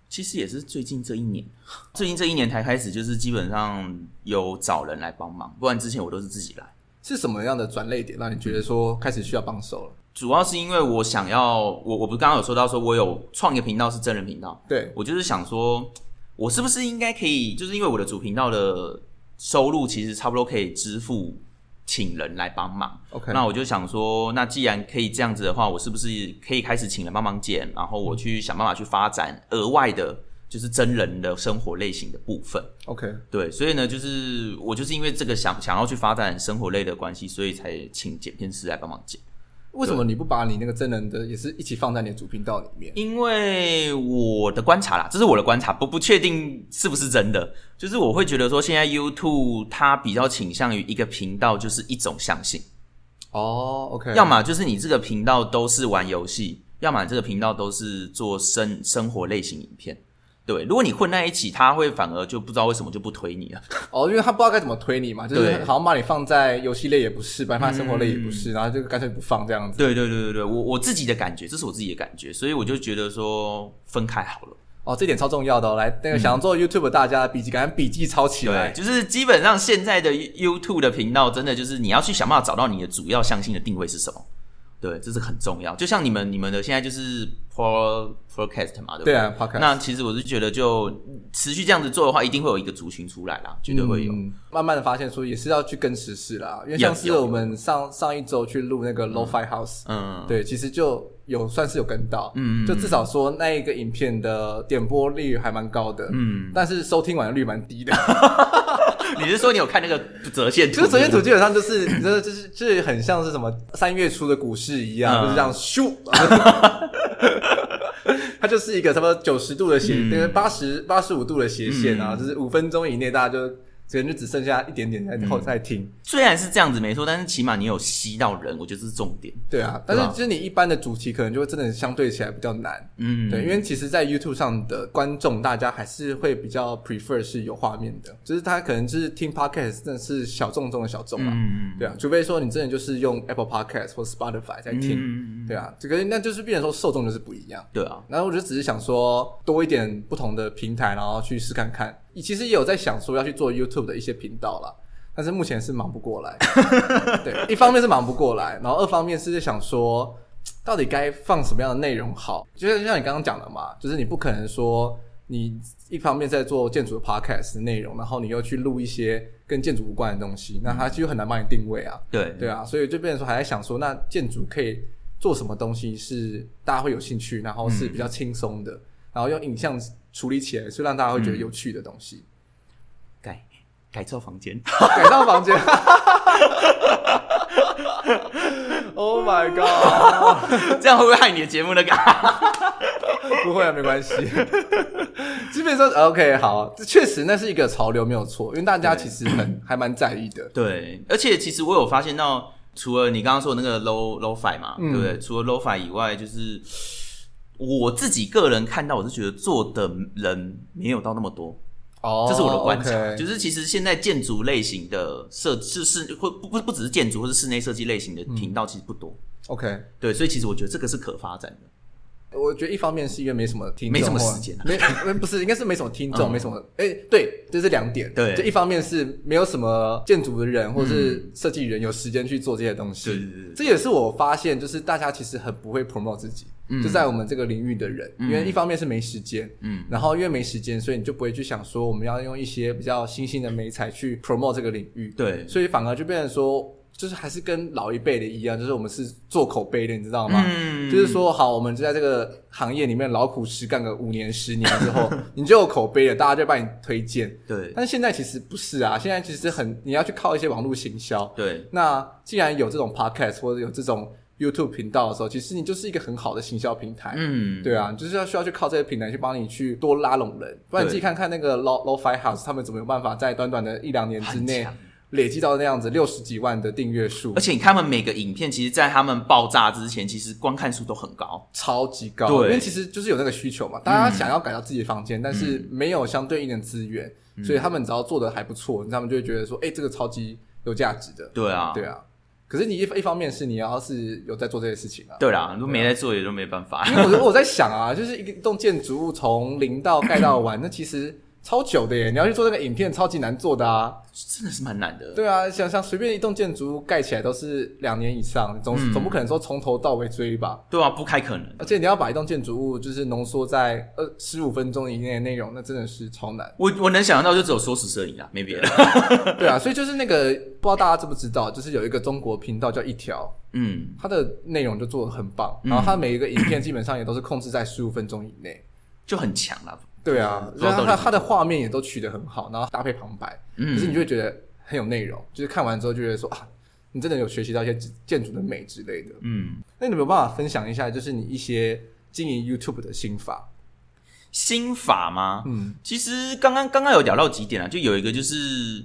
Speaker 2: 其实也是最近这一年，最近这一年才开始，就是基本上有找人来帮忙，不然之前我都是自己来。
Speaker 1: 是什么样的转类点让你觉得说开始需要帮手了？
Speaker 2: 主要是因为我想要，我我不是刚刚有说到说我有创一个频道是真人频道，
Speaker 1: 对，
Speaker 2: 我就是想说，我是不是应该可以，就是因为我的主频道的收入其实差不多可以支付请人来帮忙。
Speaker 1: OK
Speaker 2: 那我就想说，那既然可以这样子的话，我是不是可以开始请人帮忙剪，然后我去想办法去发展额外的，就是真人的生活类型的部分。
Speaker 1: OK，
Speaker 2: 对，所以呢，就是我就是因为这个想想要去发展生活类的关系，所以才请剪片师来帮忙剪。
Speaker 1: 为什么你不把你那个真人的也是一起放在你的主频道里面？
Speaker 2: 因为我的观察啦，这是我的观察，不不确定是不是真的。就是我会觉得说，现在 YouTube 它比较倾向于一个频道就是一种相性，
Speaker 1: 哦，OK，
Speaker 2: 要么就是你这个频道都是玩游戏，要么这个频道都是做生生活类型影片。对，如果你混在一起，它会反而就不知道为什么就不推你了。
Speaker 1: 哦，因为他不知道该怎么推你嘛，就是
Speaker 2: 对嗯
Speaker 1: 好像把你放在游戏类也不是，把你放在生活类也不是，然后就干脆不放这样子。
Speaker 2: 对对对对对，我我自己的感觉，这是我自己的感觉，所以我就觉得说分开好了。
Speaker 1: 哦，这点超重要的哦。来，
Speaker 2: 嗯
Speaker 1: 那个想做 YouTube 的大家的笔记，赶紧笔记抄起
Speaker 2: 对，
Speaker 1: 来。
Speaker 2: 就是基本上现在的 YouTube 的频道，真的就是你要去想办法找到你的主要相信的定位是什么。对，这是很重要。就像你们你们的现在就是 Pro Podcast 嘛，对不
Speaker 1: 对啊，Podcast
Speaker 2: 那其实我是觉得，就持续这样子做的话，一定会有一个族群出来啦，绝对会有。
Speaker 1: 嗯慢慢的发现说也是要去跟时事啦，因为像是
Speaker 2: 有有
Speaker 1: 我们上上一周去录那个 LoFi House，
Speaker 2: 嗯，
Speaker 1: 对，其实就有算是有跟到，嗯，就至少说那一个影片的点播率还蛮高的，嗯，但是收听完率蛮低的。
Speaker 2: 你是说你有看那个 [LAUGHS] 折线图？
Speaker 1: 就是折线图基本上就是，你知道，就是就是很像是什么三月初的股市一样，
Speaker 2: 嗯
Speaker 1: 就是这样
Speaker 2: [LAUGHS]
Speaker 1: 咻，它
Speaker 2: 嗯
Speaker 1: 就是一个差不多九十度的斜，那个八十八十五度的斜线啊，就是五分钟以内大家就所以就只剩下一点点在
Speaker 2: 嗯
Speaker 1: 后再听。
Speaker 2: 虽然是这样子没错，但是起码你有吸到人，我觉得这是重点。
Speaker 1: 对啊，但是其实你一般的主题可能就会真的相对起来比较难。
Speaker 2: 嗯，
Speaker 1: 对，因为其实，在 YouTube 上的观众，大家还是会比较 prefer 是有画面的，就是他可能就是听 podcast，真的是小众中的小众啊。
Speaker 2: 嗯，
Speaker 1: 对啊，除非说你真的就是用 Apple Podcast 或 Spotify 在听，
Speaker 2: 嗯，
Speaker 1: 对啊，这个那就是变成说受众就是不一样。
Speaker 2: 对啊，
Speaker 1: 然后我就只是想说多一点不同的平台，然后去试看看。其实也有在想说要去做 YouTube 的一些频道啦，但是目前是忙不过来。对，一方面是忙不过来，然后二方面是在想说到底该放什么样的内容好。就是就像你刚刚讲的嘛，就是你不可能说你一方面在做建筑的 podcast 的内容，然后你又去录一些跟建筑无关的东西，那它就很难帮你定位啊。
Speaker 2: 对
Speaker 1: 对啊，所以就变成说还在想说，那建筑可以做什么东西是大家会有兴趣，然后
Speaker 2: 嗯
Speaker 1: 是比较轻松的，然后用影像处理起来是让大家会觉得有趣的东
Speaker 2: [LAUGHS]
Speaker 1: 西。
Speaker 2: 改改造房间， [LAUGHS]
Speaker 1: 改造房间 [LAUGHS] ，Oh my god！
Speaker 2: 这样会不会害你的节目那个？
Speaker 1: 不会啊，没关系。基本上 OK，好，这确实那是一个潮流，没有错，因为大家其实很还蛮在意的。
Speaker 2: 对，而且其实我有发现到，除了你刚刚说的那个 low low fi 嘛，
Speaker 1: 嗯
Speaker 2: 对不对？除了 low fi 以外，就是我自己个人看到，我是觉得做的人没有到那么多，
Speaker 1: 哦
Speaker 2: 这是我的观察。
Speaker 1: OK
Speaker 2: 就是其实现在建筑类型的设就是或不不不只是建筑或是室内设计类型的
Speaker 1: 嗯
Speaker 2: 频道其实不多，
Speaker 1: OK。
Speaker 2: 对，所以其实我觉得这个是可发展的。
Speaker 1: 我觉得一方面是因为没什么听众，
Speaker 2: 没什么时间啊
Speaker 1: 没 [LAUGHS] 没不是，应该是没什么听众，
Speaker 2: 嗯
Speaker 1: 没什么，哎、对，这是两点，
Speaker 2: 对嗯
Speaker 1: 就一方面是没有什么建筑的人或是设计人有时间去做这些东西，
Speaker 2: 对对对对
Speaker 1: 这也是我发现，就是大家其实很不会 promote 自己，就在我们这个领域的人，因为一方面是没时间，
Speaker 2: 嗯，
Speaker 1: 然后因为没时间，所以你就不会去想说我们要用一些比较新兴的美材去 promote 这个领域，
Speaker 2: 对，
Speaker 1: 所以反而就变成说，就是还是跟老一辈的一样，就是我们是做口碑的，你知道吗？
Speaker 2: 嗯
Speaker 1: 就是说，好，我们就在这个行业里面劳苦实干个五年、十年之
Speaker 2: [LAUGHS]
Speaker 1: 后，你就有口碑了，大家就帮你推荐。
Speaker 2: 对
Speaker 1: 但是现在其实不是啊，现在其实很你要去靠一些网络行销。
Speaker 2: 对
Speaker 1: 那既然有这种 podcast 或者有这种 YouTube 频道的时候，其实你就是一个很好的行销平台。
Speaker 2: 嗯
Speaker 1: 对啊，你就是要需要去靠这些平台去帮你去多拉拢人，不然你自己看看那个 Low Low Five House 他们怎么有办法在短短的一两年之
Speaker 2: 很
Speaker 1: 内
Speaker 2: 强
Speaker 1: 累积到那样子六十几万的订阅数
Speaker 2: 而，且你看他们每个影片，其实，在他们爆炸之前，其实观看数都很高。
Speaker 1: 超级高。
Speaker 2: 对嗯
Speaker 1: 因为其实就是有那个需求嘛，大家想要改造自己的房间，但是没有相对应的资源，所以他们只要做的还不错，他们就会觉得说，哎、这个超级有价值的。
Speaker 2: 对啊，
Speaker 1: 对啊，可是你一一方面是你要是有在做这些事情啊，
Speaker 2: 对哎啦，都没在做，也都没办法。
Speaker 1: 因为我我在想啊，就是一个一栋建筑物从零到盖到
Speaker 2: [COUGHS]
Speaker 1: 完，那其实超久的耶！你要去做那个影片，超级难做的啊。
Speaker 2: 真的是蛮难的。
Speaker 1: 对啊，想想随便一栋建筑物盖起来都是两年以上，总、
Speaker 2: 嗯
Speaker 1: 总不可能说从头到尾追吧。
Speaker 2: 对啊，不开可能。。
Speaker 1: 而且你要把一栋建筑物就是浓缩在呃十五分钟以内的内容，那真的是超难
Speaker 2: 我我能想到就只有缩时摄影啊，没别的。
Speaker 1: 对啊，所以就是那个不知道大家知不知道，就是有一个中国频道叫一条，
Speaker 2: 嗯，
Speaker 1: 它的内容就做的很棒，然后它每一个影片基本上也都是控制在十五分钟以内。
Speaker 2: 就很强啦。
Speaker 1: 对啊，
Speaker 2: 嗯
Speaker 1: 然后
Speaker 2: 知
Speaker 1: 它
Speaker 2: 道道理
Speaker 1: 它的画面也都取得很好，然后搭配旁白，
Speaker 2: 嗯
Speaker 1: 可是你就会觉得很有内容，就是看完之后就觉得说啊，你真的有学习到一些建建筑的美之类的。
Speaker 2: 嗯，
Speaker 1: 那你有没有办法分享一下，就是你一些经营 YouTube 的心法？
Speaker 2: 心法吗？
Speaker 1: 嗯，
Speaker 2: 其实刚刚刚刚有聊到几点啊，就有一个就是，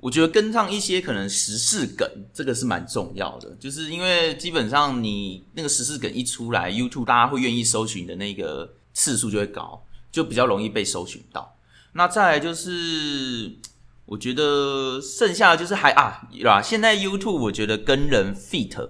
Speaker 2: 我觉得跟上一些可能时事梗，这个是蛮重要的，就是因为基本上你那个时事梗一出来，YouTube 大家会愿意搜寻的那个次数就会高，就比较容易被搜寻到。那再来就是，我觉得剩下的就是还啊，有啦，现在 YouTube 我觉得跟人 fit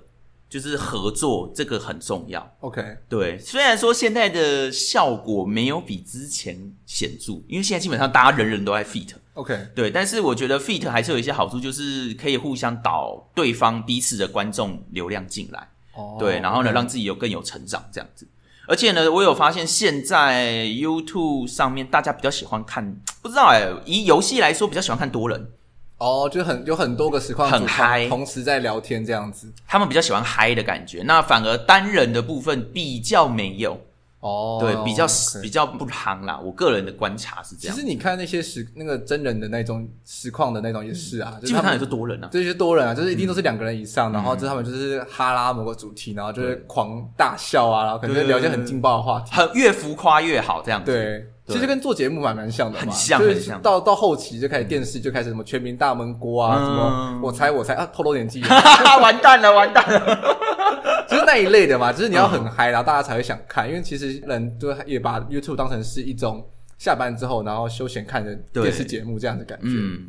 Speaker 2: 就是合作，这个很重要。
Speaker 1: OK，
Speaker 2: 对，虽然说现在的效果没有比之前显著，因为现在基本上大家人人都在 fit，
Speaker 1: OK，
Speaker 2: 对，但是我觉得 fit 还是有一些好处，就是可以互相导对方彼此的观众流量进来，
Speaker 1: 哦
Speaker 2: 对，然后呢，让自己有更有成长这样子。而且呢，我有发现现在 YouTube 上面大家比较喜欢看，不知道哎、以游戏来说比较喜欢看多人，
Speaker 1: 哦，就很有很多个实况
Speaker 2: 很
Speaker 1: 组同
Speaker 2: 嗨
Speaker 1: 同时在聊天这样子。
Speaker 2: 他们比较喜欢嗨的感觉，那反而单人的部分比较没有。
Speaker 1: 哦，
Speaker 2: 对，比较
Speaker 1: OK
Speaker 2: 比较不行啦。我个人的观察是这
Speaker 1: 其
Speaker 2: 样
Speaker 1: 实，你看那些实那个真人的那种实况的那种也是啊，就是
Speaker 2: 基
Speaker 1: 他
Speaker 2: 本上
Speaker 1: 们
Speaker 2: 也是嗯多人啊。
Speaker 1: 这些多人啊，就是一定都是两个人以上，然后就是他们就是哈拉某个主题，然后就是狂大笑啊，然后可能就聊一些很劲爆的话题。
Speaker 2: 很越浮夸越好，这样子。
Speaker 1: 对，
Speaker 2: 对
Speaker 1: 其实跟做节目蛮蛮像的嘛，
Speaker 2: 很像
Speaker 1: 就是
Speaker 2: 很像
Speaker 1: 到到后期就开始电视就开始什么全民大闷锅啊，
Speaker 2: 嗯
Speaker 1: 什么我猜我猜啊，透露年纪，
Speaker 2: [LAUGHS] 完蛋了，完蛋 [LAUGHS] 了。
Speaker 1: 就是那一类的
Speaker 2: 嗯
Speaker 1: 嘛，就是你要很嗨，然后大家才会想看，因为其实人就也把 YouTube 当成是一种下班之后然后休闲看的
Speaker 2: 对
Speaker 1: 电视节目这样的感觉。
Speaker 2: 嗯，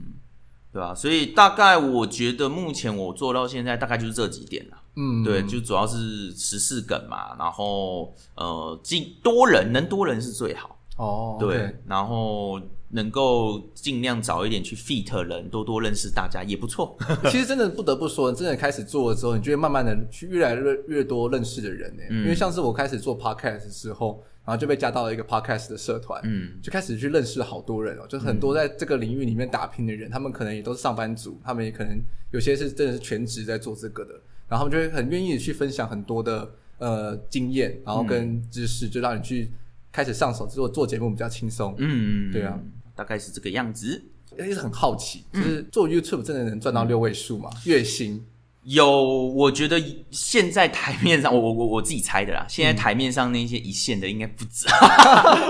Speaker 2: 对啊，所以大概我觉得目前我做到现在大概就是这几点啦。
Speaker 1: 嗯，
Speaker 2: 对，就主要是时事梗嘛，然后呃，尽多人能多人是最好。
Speaker 1: 哦，
Speaker 2: 对
Speaker 1: OK
Speaker 2: 然后能够尽量早一点去 fit 人，多多认识大家也不 [LAUGHS] 错。
Speaker 1: [LAUGHS] 其实真的不得不说，真的开始做了之后，你就会慢慢的去越来越越多认识的人呢、
Speaker 2: 嗯
Speaker 1: 因为像是我开始做 podcast 之后，然后就被加到了一个 podcast 的社团，
Speaker 2: 嗯，
Speaker 1: 就开始去认识好多人哦、就很多在这个领域里面打拼的人，他们可能也都是上班族，他们也可能有些是真的是全职在做这个的，然后他们就会很愿意去分享很多的呃经验，然后跟知识，就让你去开始上手做做节目比较轻松。
Speaker 2: 嗯，
Speaker 1: 对啊，
Speaker 2: 大概是这个样子。
Speaker 1: 一直很好奇，
Speaker 2: 嗯
Speaker 1: 就是做 YouTube 真的能赚到六位数吗？月薪？
Speaker 2: 有，我觉得现在台面上，我 [LAUGHS] 我我我自己猜的啦。现在台面上那些一线的应该不止，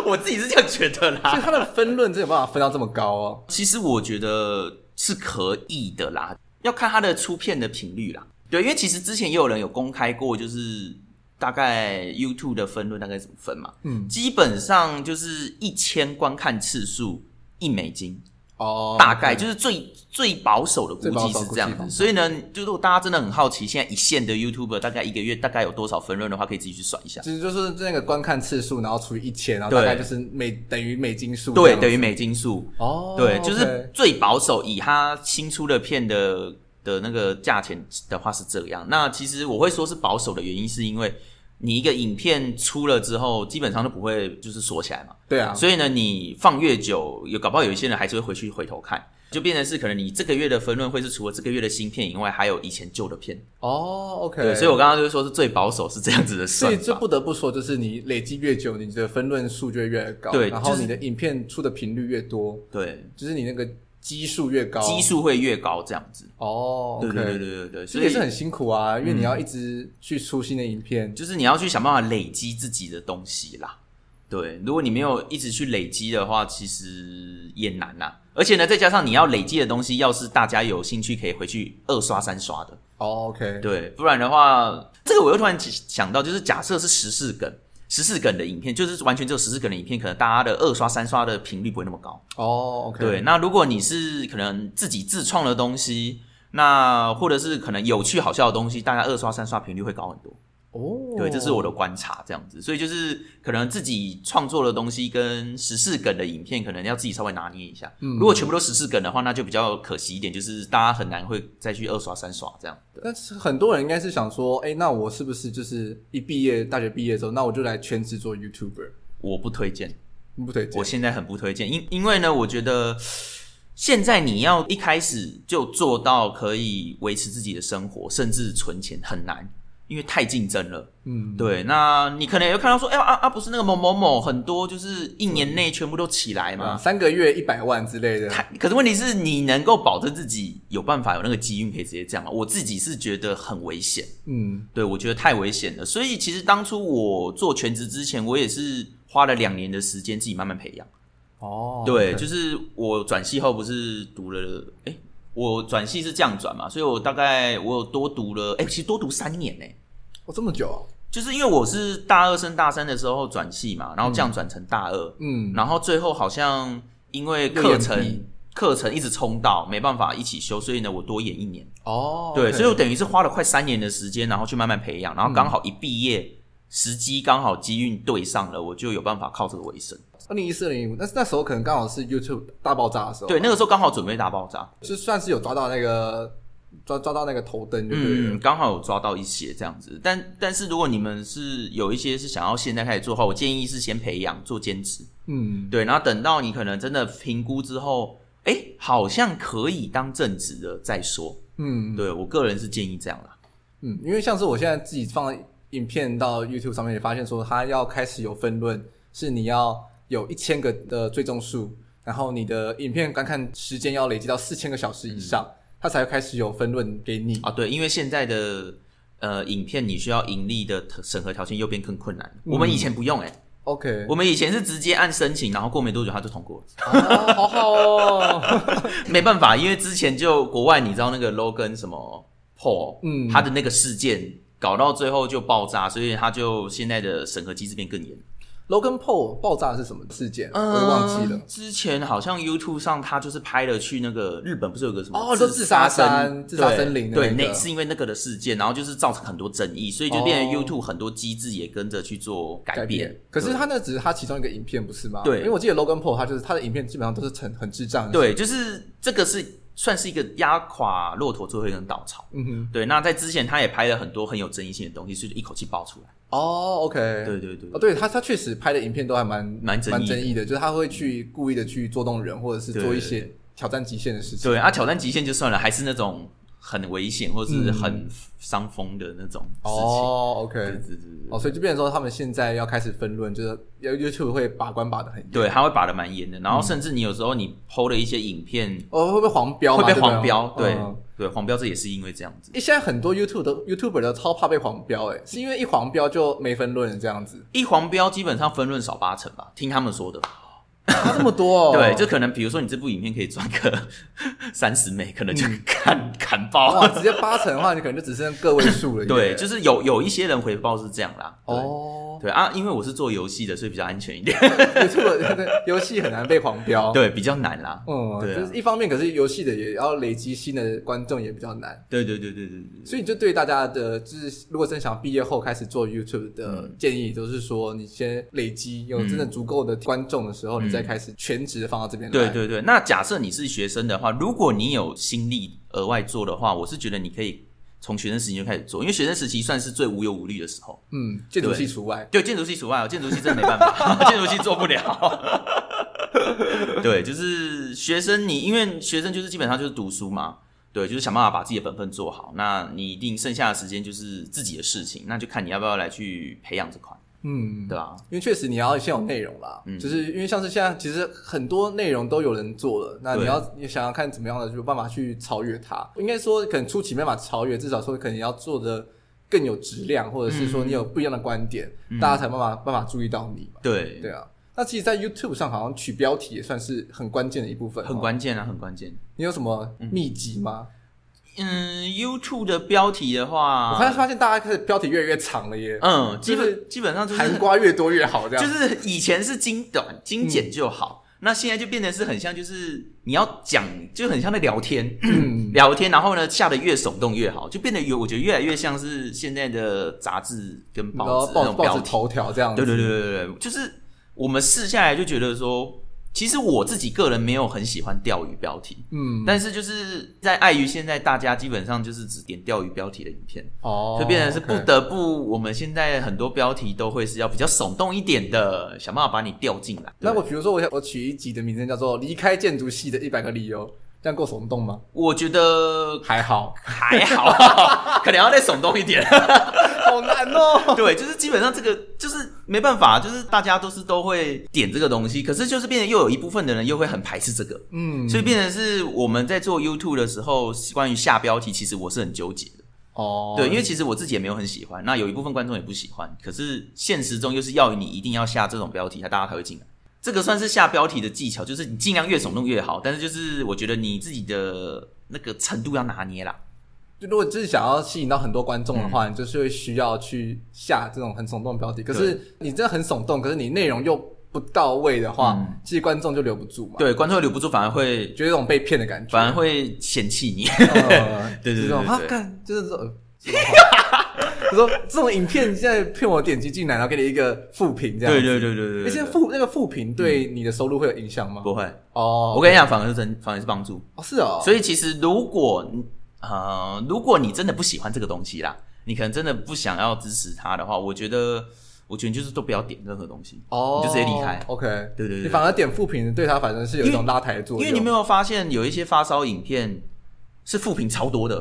Speaker 2: 我自己是这样觉得
Speaker 1: 所以
Speaker 2: 啦。
Speaker 1: 它的分论真的有办法分到这么高哦。
Speaker 2: 其实我觉得是可以的啦，要看它的出片的频率啦。对，因为其实之前也有人有公开过，就是大概 YouTube 的分论大概怎么分嘛，
Speaker 1: 嗯，
Speaker 2: 基本上就是一千观看次数一美金。
Speaker 1: 哦，
Speaker 2: [LAUGHS] 大概就是最最保守的估计是
Speaker 1: 最
Speaker 2: 这
Speaker 1: 保守
Speaker 2: 样
Speaker 1: 估
Speaker 2: 子，
Speaker 1: 计
Speaker 2: 所以呢，就如果大家真的很好奇，现在一线的 YouTuber 大概一个月大概有多少分润的话，可以自己去算一下。
Speaker 1: 其实就是那个观看次数，然后除以一千，然后
Speaker 2: 对
Speaker 1: 大概就是美等于美金数这
Speaker 2: 对，
Speaker 1: 样子，
Speaker 2: 等于美金数，
Speaker 1: 哦，
Speaker 2: 对，就
Speaker 1: OK
Speaker 2: 是最保守，以他新出的片的的那个价钱的话是这样。那其实我会说是保守的原因，是因为你一个影片出了之后，基本上都不会就是锁起来嘛。
Speaker 1: 对啊，
Speaker 2: 所以呢，你放越久，有搞不好有一些人还是会回去回头看，就变成是可能你这个月的分论会是除了这个月的新片以外，还有以前旧的片。
Speaker 1: 哦，OK，
Speaker 2: 对，所以我刚刚就是说是最保守是这样子的
Speaker 1: 所
Speaker 2: 算
Speaker 1: 以这
Speaker 2: 法。
Speaker 1: 不得不说，就是你累积越久，你的分论数就会越来越高，
Speaker 2: 对
Speaker 1: 然后
Speaker 2: 就是
Speaker 1: 你的影片出的频率越多，
Speaker 2: 对，
Speaker 1: 就是你那个基数越高，
Speaker 2: 基数会越高这样子。
Speaker 1: 哦
Speaker 2: 对
Speaker 1: ，OK，
Speaker 2: 对对对对对，
Speaker 1: 这
Speaker 2: 所
Speaker 1: 个也
Speaker 2: 以嗯
Speaker 1: 是很辛苦啊，因为你要一直去出新的影片，
Speaker 2: 就是你要去想办法累积自己的东西啦。对，如果你没有一直去累积的话，其实也难呐、而且呢，再加上你要累积的东西，要是大家有兴趣，可以回去二刷三刷的。
Speaker 1: 哦，OK，
Speaker 2: 对，不然的话，这个我又突然起想到，就是假设是时事梗，时事梗的影片，就是完全只有时事梗的影片，可能大家的二刷、三刷的频率不会那么高。
Speaker 1: 哦，OK，
Speaker 2: 对，那如果你是可能自己自创的东西，那或者是可能有趣好笑的东西，大家二刷、三刷频率会高很多。
Speaker 1: 哦，
Speaker 2: 对，这是我的观察，这样子，所以就是可能自己创作的东西跟时事梗的影片，可能要自己稍微拿捏一下。如果全部都时事梗的话，那就比较可惜一点，就是大家很难会再去二刷、三刷这样。对。
Speaker 1: 但是很多人应该是想说，哎、那我是不是就是一毕业，大学毕业之后，那我就来全职做 YouTuber？
Speaker 2: 我不推荐，
Speaker 1: 你不推荐
Speaker 2: 我？现在很不推荐，因因为呢，我觉得现在你要一开始就做到可以维持自己的生活，甚至存钱很难，因为太竞争了。
Speaker 1: 嗯，
Speaker 2: 对，那你可能也会看到说，哎、呀啊啊，不是那个某某某，很多就是一年内全部都起来
Speaker 1: 啊，
Speaker 2: 嘛。
Speaker 1: 三个月一百万之类的，
Speaker 2: 太可是问题是你能够保证自己有办法有那个机运可以直接这样吗？我自己是觉得很危险。
Speaker 1: 嗯，
Speaker 2: 对，我觉得太危险了。所以其实当初我做全职之前，我也是花了两年的时间自己慢慢培养。
Speaker 1: 哦，
Speaker 2: 对，
Speaker 1: OK
Speaker 2: 就是我转系后不是读了，哎、我转系是这样转嘛，所以我大概我有多读了，哎、其实多读三年呢、
Speaker 1: 哦，这么久、啊，
Speaker 2: 就是因为我是大二升大三的时候转系嘛，然后这样转成大二，
Speaker 1: 嗯，
Speaker 2: 然后最后好像因为
Speaker 1: 又
Speaker 2: 课
Speaker 1: 延
Speaker 2: 程
Speaker 1: 毕
Speaker 2: 课程一直冲到，没办法一起修，所以呢我多延一年，
Speaker 1: 哦，
Speaker 2: 对，
Speaker 1: OK
Speaker 2: 所以我等于是花了快三年的时间，然后去慢慢培养，然后刚
Speaker 1: 嗯
Speaker 2: 好一毕业。时机刚好机运对上了，我就有办法靠这个为生。
Speaker 1: 二零一四、二零一五，那那时候可能刚好是 YouTube 大爆炸的时候，
Speaker 2: 对，，那个时候刚好准备大爆炸，
Speaker 1: 就算是有抓到那个抓抓到那个头灯，就对了
Speaker 2: 嗯，刚好有抓到一些这样子，但但是如果你们是有一些是想要现在开始做的话，我建议是先培养做兼职，
Speaker 1: 嗯，
Speaker 2: 对，然后等到你可能真的评估之后，哎、好像可以当正职的再说。
Speaker 1: 嗯，
Speaker 2: 对我个人是建议这样啦。
Speaker 1: 嗯，因为像是我现在自己放在影片到 YouTube 上面，也发现说它要开始有分论，是你要有一千个的追踪数，然后你的影片观看时间要累积到四千个小时以上，它才会开始有分论给你。
Speaker 2: 啊，对，因为现在的呃影片你需要盈利的审核条件又变更困难。我们以
Speaker 1: 嗯
Speaker 2: 前不用哎、
Speaker 1: OK，
Speaker 2: 我们以前是直接按申请，然后过没多久他就通过了。 [LAUGHS]
Speaker 1: 啊好好哦， [LAUGHS]
Speaker 2: 没办法，因为之前就国外你知道那个 Logan 什么 Paul，
Speaker 1: 嗯
Speaker 2: 他的那个事件搞到最后就爆炸，所以他就现在的审核机制变更严。
Speaker 1: Logan Paul 爆炸是什么事件？我也忘记了
Speaker 2: 嗯。之前好像 YouTube 上他就是拍了去那个日本，不是有个什么
Speaker 1: 哦
Speaker 2: 自
Speaker 1: 就自杀山
Speaker 2: 森
Speaker 1: 自杀
Speaker 2: 对
Speaker 1: 森林的
Speaker 2: 对，
Speaker 1: 那个
Speaker 2: 那是因为那个的事件，然后就是造成很多争议，所以就变成
Speaker 1: 哦
Speaker 2: YouTube 很多机制也跟着去做改变。
Speaker 1: 可是
Speaker 2: 对
Speaker 1: 他那只是他其中一个影片，不是吗？
Speaker 2: 对
Speaker 1: 因为我记得 Logan Paul 他就是他的影片基本上都是很很智障的。，
Speaker 2: 对，就是这个是算是一个压垮骆驼最后一根稻草。
Speaker 1: 嗯哼，
Speaker 2: 对，那在之前他也拍了很多很有争议性的东西，所以就一口气爆出来。
Speaker 1: 哦，OK，
Speaker 2: 对对对
Speaker 1: 哦，，对他，他确实拍的影片都还蛮
Speaker 2: 蛮争议的
Speaker 1: 蛮争议的，就是他会去故意的去捉弄人，或者是
Speaker 2: 对
Speaker 1: 做一些挑战极限的事情。
Speaker 2: 对啊，挑战极限就算了，还是那种很危险或是
Speaker 1: 嗯
Speaker 2: 很伤风的那种事情。
Speaker 1: 哦
Speaker 2: 对
Speaker 1: ，OK，
Speaker 2: 对对对
Speaker 1: 哦，所以就变成说他们现在要开始分论，就是 YouTube 会把关把的很严。
Speaker 2: 对，他会把的蛮严的。然
Speaker 1: 嗯
Speaker 2: 后甚至你有时候你剖了一些影片，
Speaker 1: 哦，会被黄标嘛？
Speaker 2: 会
Speaker 1: 对
Speaker 2: 被
Speaker 1: 不对
Speaker 2: 黄标，对
Speaker 1: 嗯
Speaker 2: 对，黄标这也是因为这样子。
Speaker 1: 诶现在很多 YouTube 的 YouTuber 都超怕被黄标，哎，是因为一黄标就没分论这样子，
Speaker 2: 一黄标基本上分润少八成吧，听他们说的。
Speaker 1: 差这么多哦。
Speaker 2: 对，就可能比如说你这部影片可以赚个 [LAUGHS] 三十美，可能就砍 [LAUGHS] 砍爆
Speaker 1: 嗯哇，。直接八成的话，你可能就只剩个位数
Speaker 2: [LAUGHS]
Speaker 1: 了耶。
Speaker 2: 哦对，就是有有一些人回报是这样啦。对
Speaker 1: 哦
Speaker 2: 对啊，因为我是做游戏的，所以比较安全一点。
Speaker 1: ，YouTube 的游戏很难被黄标。，
Speaker 2: 对，比较难啦。
Speaker 1: 嗯，
Speaker 2: 对啊
Speaker 1: 就是一方面，可是游戏的也要累积新的观众也比较难，
Speaker 2: 对对对对对对。
Speaker 1: 所以就对大家的，就是如果真想毕业后开始做 YouTube
Speaker 2: 嗯
Speaker 1: 的建议，都是说你先累积有真的足够的观众的时候，你再开始全职放到这边来。
Speaker 2: 嗯对对对，那假设你是学生的话，如果你有心力额外做的话，我是觉得你可以从学生时期就开始做，因为学生时期算是最无忧无虑的时候。
Speaker 1: 嗯，建筑系除外。
Speaker 2: 对，建筑系除外哦，建筑系真的没办法， [LAUGHS] 建筑系做不了。 [LAUGHS] 对，就是学生你，因为学生就是基本上就是读书嘛，对，就是想办法把自己的本分做好。那你一定剩下的时间就是自己的事情，那就看你要不要来去培养这块，
Speaker 1: 嗯，
Speaker 2: 对吧、
Speaker 1: 因为确实你要先有内容啦，
Speaker 2: 嗯
Speaker 1: 就是因为像是现在其实很多内容都有人做了，那
Speaker 2: 对
Speaker 1: 你要你想要看怎么样的就有办法去超越它。应该说可能初期没办法超越，至少说可能要做的更有质量，或者是说你有不一样的观点，大家才办法办法注意到你嘛。
Speaker 2: 嗯对，
Speaker 1: 对啊，那其实，在 YouTube 上好像取标题也算是很关键的一部分、哦
Speaker 2: 很。关键啊，很关键。
Speaker 1: 你有什么秘籍吗？
Speaker 2: 嗯，YouTube 的标题的话，
Speaker 1: 我看发现大家开始标题越来越长了耶，
Speaker 2: 嗯，基
Speaker 1: 就是
Speaker 2: 本基本上啊就是
Speaker 1: 含瓜越多越好，这样。嗯
Speaker 2: 就是以前是精短精简就好，那现在就变得是很像就是你要讲就很像在聊天，
Speaker 1: 嗯
Speaker 2: [CLEARS THROAT] 聊天，然后呢下的越耸动越好，就变得有我觉得越来越像是现在的杂志跟
Speaker 1: 嗯然后
Speaker 2: 报纸那
Speaker 1: 报
Speaker 2: 种
Speaker 1: 报
Speaker 2: 标
Speaker 1: 纸
Speaker 2: 题，
Speaker 1: 头条这样子。
Speaker 2: 对对对对对对，就是我们试下来就觉得说，其实我自己个人没有很喜欢钓鱼标题。
Speaker 1: 嗯，
Speaker 2: 但是就是在碍于现在大家基本上就是只点钓鱼标题的影片，
Speaker 1: 哦，
Speaker 2: 就变成是不
Speaker 1: OK
Speaker 2: 得不，我们现在很多标题都会是要比较耸动一点的，想办法把你调进来。
Speaker 1: 那
Speaker 2: 对
Speaker 1: 我比如说我想我取一集的名称叫做《离开建筑系的一百个理由》，这样够耸动吗？
Speaker 2: 我觉得
Speaker 1: 还好，
Speaker 2: 还
Speaker 1: [LAUGHS]
Speaker 2: 好，可能要再耸动一点。
Speaker 1: 好难
Speaker 2: [LAUGHS]
Speaker 1: 哦。
Speaker 2: 对，就是基本上这个就是没办法，就是大家都是都会点这个东西，可是就是变成又有一部分的人又会很排斥这个，
Speaker 1: 嗯，
Speaker 2: 所以变成是我们在做 YouTube 的时候，关于下标题，其实我是很纠结的。
Speaker 1: 哦，
Speaker 2: 对，因为其实我自己也没有很喜欢，那有一部分观众也不喜欢，可是现实中又是要你一定要下这种标题，大家才会进来。这个算是下标题的技巧，就是你尽量越耸动越好，但是就是我觉得你自己的那个程度要拿捏啦。
Speaker 1: 就如果就是想要吸引到很多观众的话，
Speaker 2: 嗯
Speaker 1: 你就是会需要去下这种很耸动的标题。可是你真的很耸动，可是你内容又不到位的话，
Speaker 2: 嗯
Speaker 1: 其实观众就留不住嘛，，
Speaker 2: 对，观众留不住，反而会
Speaker 1: 觉得有种被骗的感觉。
Speaker 2: 反而会嫌弃你。
Speaker 1: 呃
Speaker 2: 对对对
Speaker 1: 就是这种
Speaker 2: 对对
Speaker 1: 啊
Speaker 2: 对，
Speaker 1: 干就是这种。 [LAUGHS] 就说这种影片现在骗我点击进来，然后给你一个负评这样
Speaker 2: [LAUGHS] 对
Speaker 1: 子。
Speaker 2: 对对对对
Speaker 1: 那
Speaker 2: 对
Speaker 1: 些
Speaker 2: 对，
Speaker 1: 负那个负评对你的收入会有影响吗？
Speaker 2: 不会。
Speaker 1: 哦，
Speaker 2: 我跟你讲，反而是真，反而是帮助。
Speaker 1: 哦是哦，
Speaker 2: 所以其实如果呃，如果你真的不喜欢这个东西啦，你可能真的不想要支持它的话，我觉得，我觉得你就是都不要点任何东西，
Speaker 1: 哦，
Speaker 2: 你就直接离开。
Speaker 1: OK，
Speaker 2: 对对对对
Speaker 1: 你反而点负评，对他反正是有一种
Speaker 2: 因
Speaker 1: 拉抬的作
Speaker 2: 因
Speaker 1: 用。
Speaker 2: 为你没有发现有一些发烧影片是负评超多的，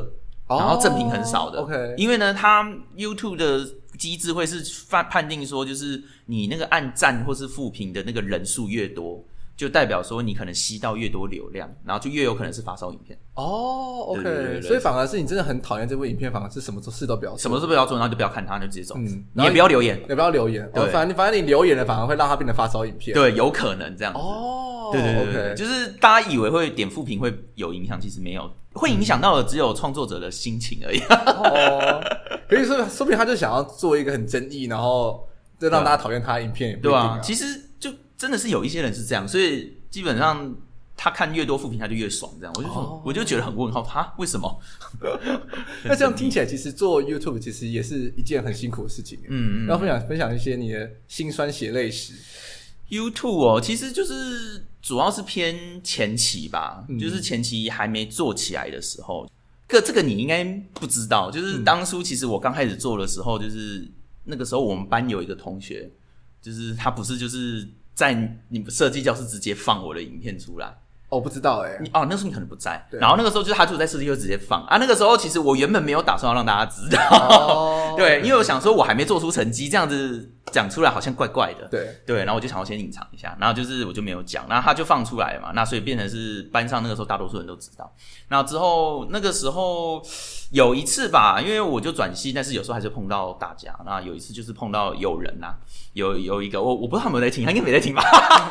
Speaker 1: 哦
Speaker 2: 然后正评很少的。
Speaker 1: OK
Speaker 2: 因为呢，它 YouTube 的机制会是判判定说，就是你那个按赞或是负评的那个人数越多，就代表说你可能吸到越多流量，然后就越有可能是发烧影片，
Speaker 1: 哦，OK，
Speaker 2: 对对对对
Speaker 1: 所以反而是你真的很讨厌这部影片，反而是什么事都不要做，
Speaker 2: 什么都不要做，然后就不要看它，就直接走，
Speaker 1: 哦嗯
Speaker 2: 你也不要留言，
Speaker 1: 也不要留言，
Speaker 2: 对
Speaker 1: 哦，反正反正你留言了，反而会让它变成发烧影片。，
Speaker 2: 对，有可能这样子。
Speaker 1: 哦，
Speaker 2: 对对对对
Speaker 1: o k
Speaker 2: 就是大家以为会点负评会有影响，其实没有，会影响到的只有创作者的心情而已。
Speaker 1: 哦， [LAUGHS] 可以说，说不定他就想要做一个很争议，然后就让大家讨厌他的影片，也不一
Speaker 2: 对
Speaker 1: 定
Speaker 2: 啊，
Speaker 1: 啊，
Speaker 2: 其实就真的是有一些人是这样，所以基本上他看越多负评，他就越爽。这样，我就说、
Speaker 1: 哦
Speaker 2: 我就觉得很问号，哈，为什么？啊
Speaker 1: 那这样听起来，其实做 YouTube 其实也是一件很辛苦的事情。欸
Speaker 2: 嗯
Speaker 1: 要分享分享一些你的辛酸血泪史。
Speaker 2: YouTube 哦，其实就是主要是偏前期吧，
Speaker 1: 嗯
Speaker 2: 就是前期还没做起来的时候。个这个你应该不知道，就是当初其实我刚开始做的时候，就是那个时候我们班有一个同学，就是他不是就是在你们设计教室直接放我的影片出来，
Speaker 1: 哦，我不知道哎、
Speaker 2: 你哦，那时候你可能不在，
Speaker 1: 对
Speaker 2: 然后那个时候就是他就在设计就直接放啊。那个时候其实我原本没有打算要让大家知道， [LAUGHS]
Speaker 1: 哦
Speaker 2: 对，因为我想说我还没做出成绩，这样子讲出来好像怪怪的， [LAUGHS]
Speaker 1: 对，
Speaker 2: 对，然后我就想要先隐藏一下，然后就是我就没有讲，然后他就放出来了嘛，那所以变成是班上那个时候大多数人都知道。那之后那个时候有一次吧，因为我就转系，但是有时候还是碰到大家。那有一次就是碰到有人呐、啊有有一个我我不知道他有没有在听，他应该没在听吧。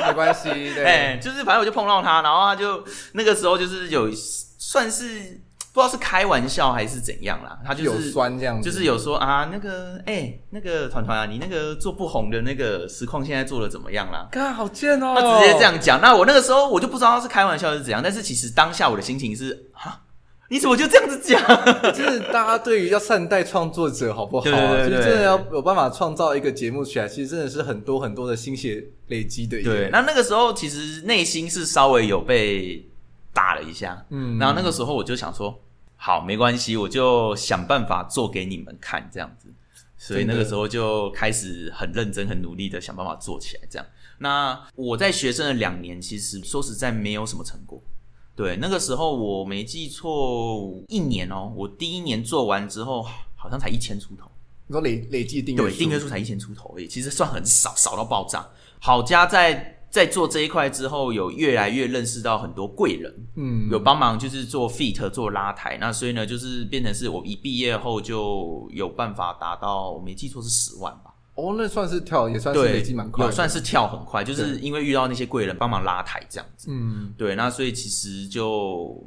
Speaker 1: 没关系，对，
Speaker 2: 哎、就是反正我就碰到他，然后他就那个时候就是有算是不知道是开玩笑还是怎样啦，他就
Speaker 1: 有
Speaker 2: 是
Speaker 1: 酸这样子，
Speaker 2: 就是有说啊那个哎、那个团团啊，你那个做不红的那个实况现在做的怎么样啦？
Speaker 1: 看好贱哦，
Speaker 2: 他直接这，样讲，那我那个时候我就不知道他是开玩笑还是怎样，但是其实当下我的心情是啊，你怎么就这样子讲？ [LAUGHS]
Speaker 1: 就是大家对于要善待创作者好不好、啊？
Speaker 2: 对对对对
Speaker 1: 就是真的要有办法创造一个节目起来，其实真的是很多很多的心血累积的。
Speaker 2: 对，，那那个时候其实内心是稍微有被打了一下，
Speaker 1: 嗯
Speaker 2: 然后那个时候我就想说，好，没关系，我就想办法做给你们看这样子。所以那个时候就开始很认真、很努力的想办法做起来。这样，那我在学生的两年，其实说实在没有什么成果。对，那个时候我没记错，一年哦，我第一年做完之后，好像才一千出头。
Speaker 1: 你说累累计订阅
Speaker 2: 对，订阅数才一千出头而已，其实算很少，少到爆炸。好家在在做这一块之后，有越来越认识到很多贵人，
Speaker 1: 嗯
Speaker 2: 有帮忙就是做 fit 做拉抬，那所以呢，就是变成是我一毕业后就有办法达到，我没记错是十万吧。
Speaker 1: 哦，那算是跳，也算是累
Speaker 2: 对
Speaker 1: 积蛮，快
Speaker 2: 有
Speaker 1: 的，
Speaker 2: 算是跳很快，就是因为遇到那些贵人帮忙拉抬这样子。
Speaker 1: 嗯，
Speaker 2: 对，那所以其实就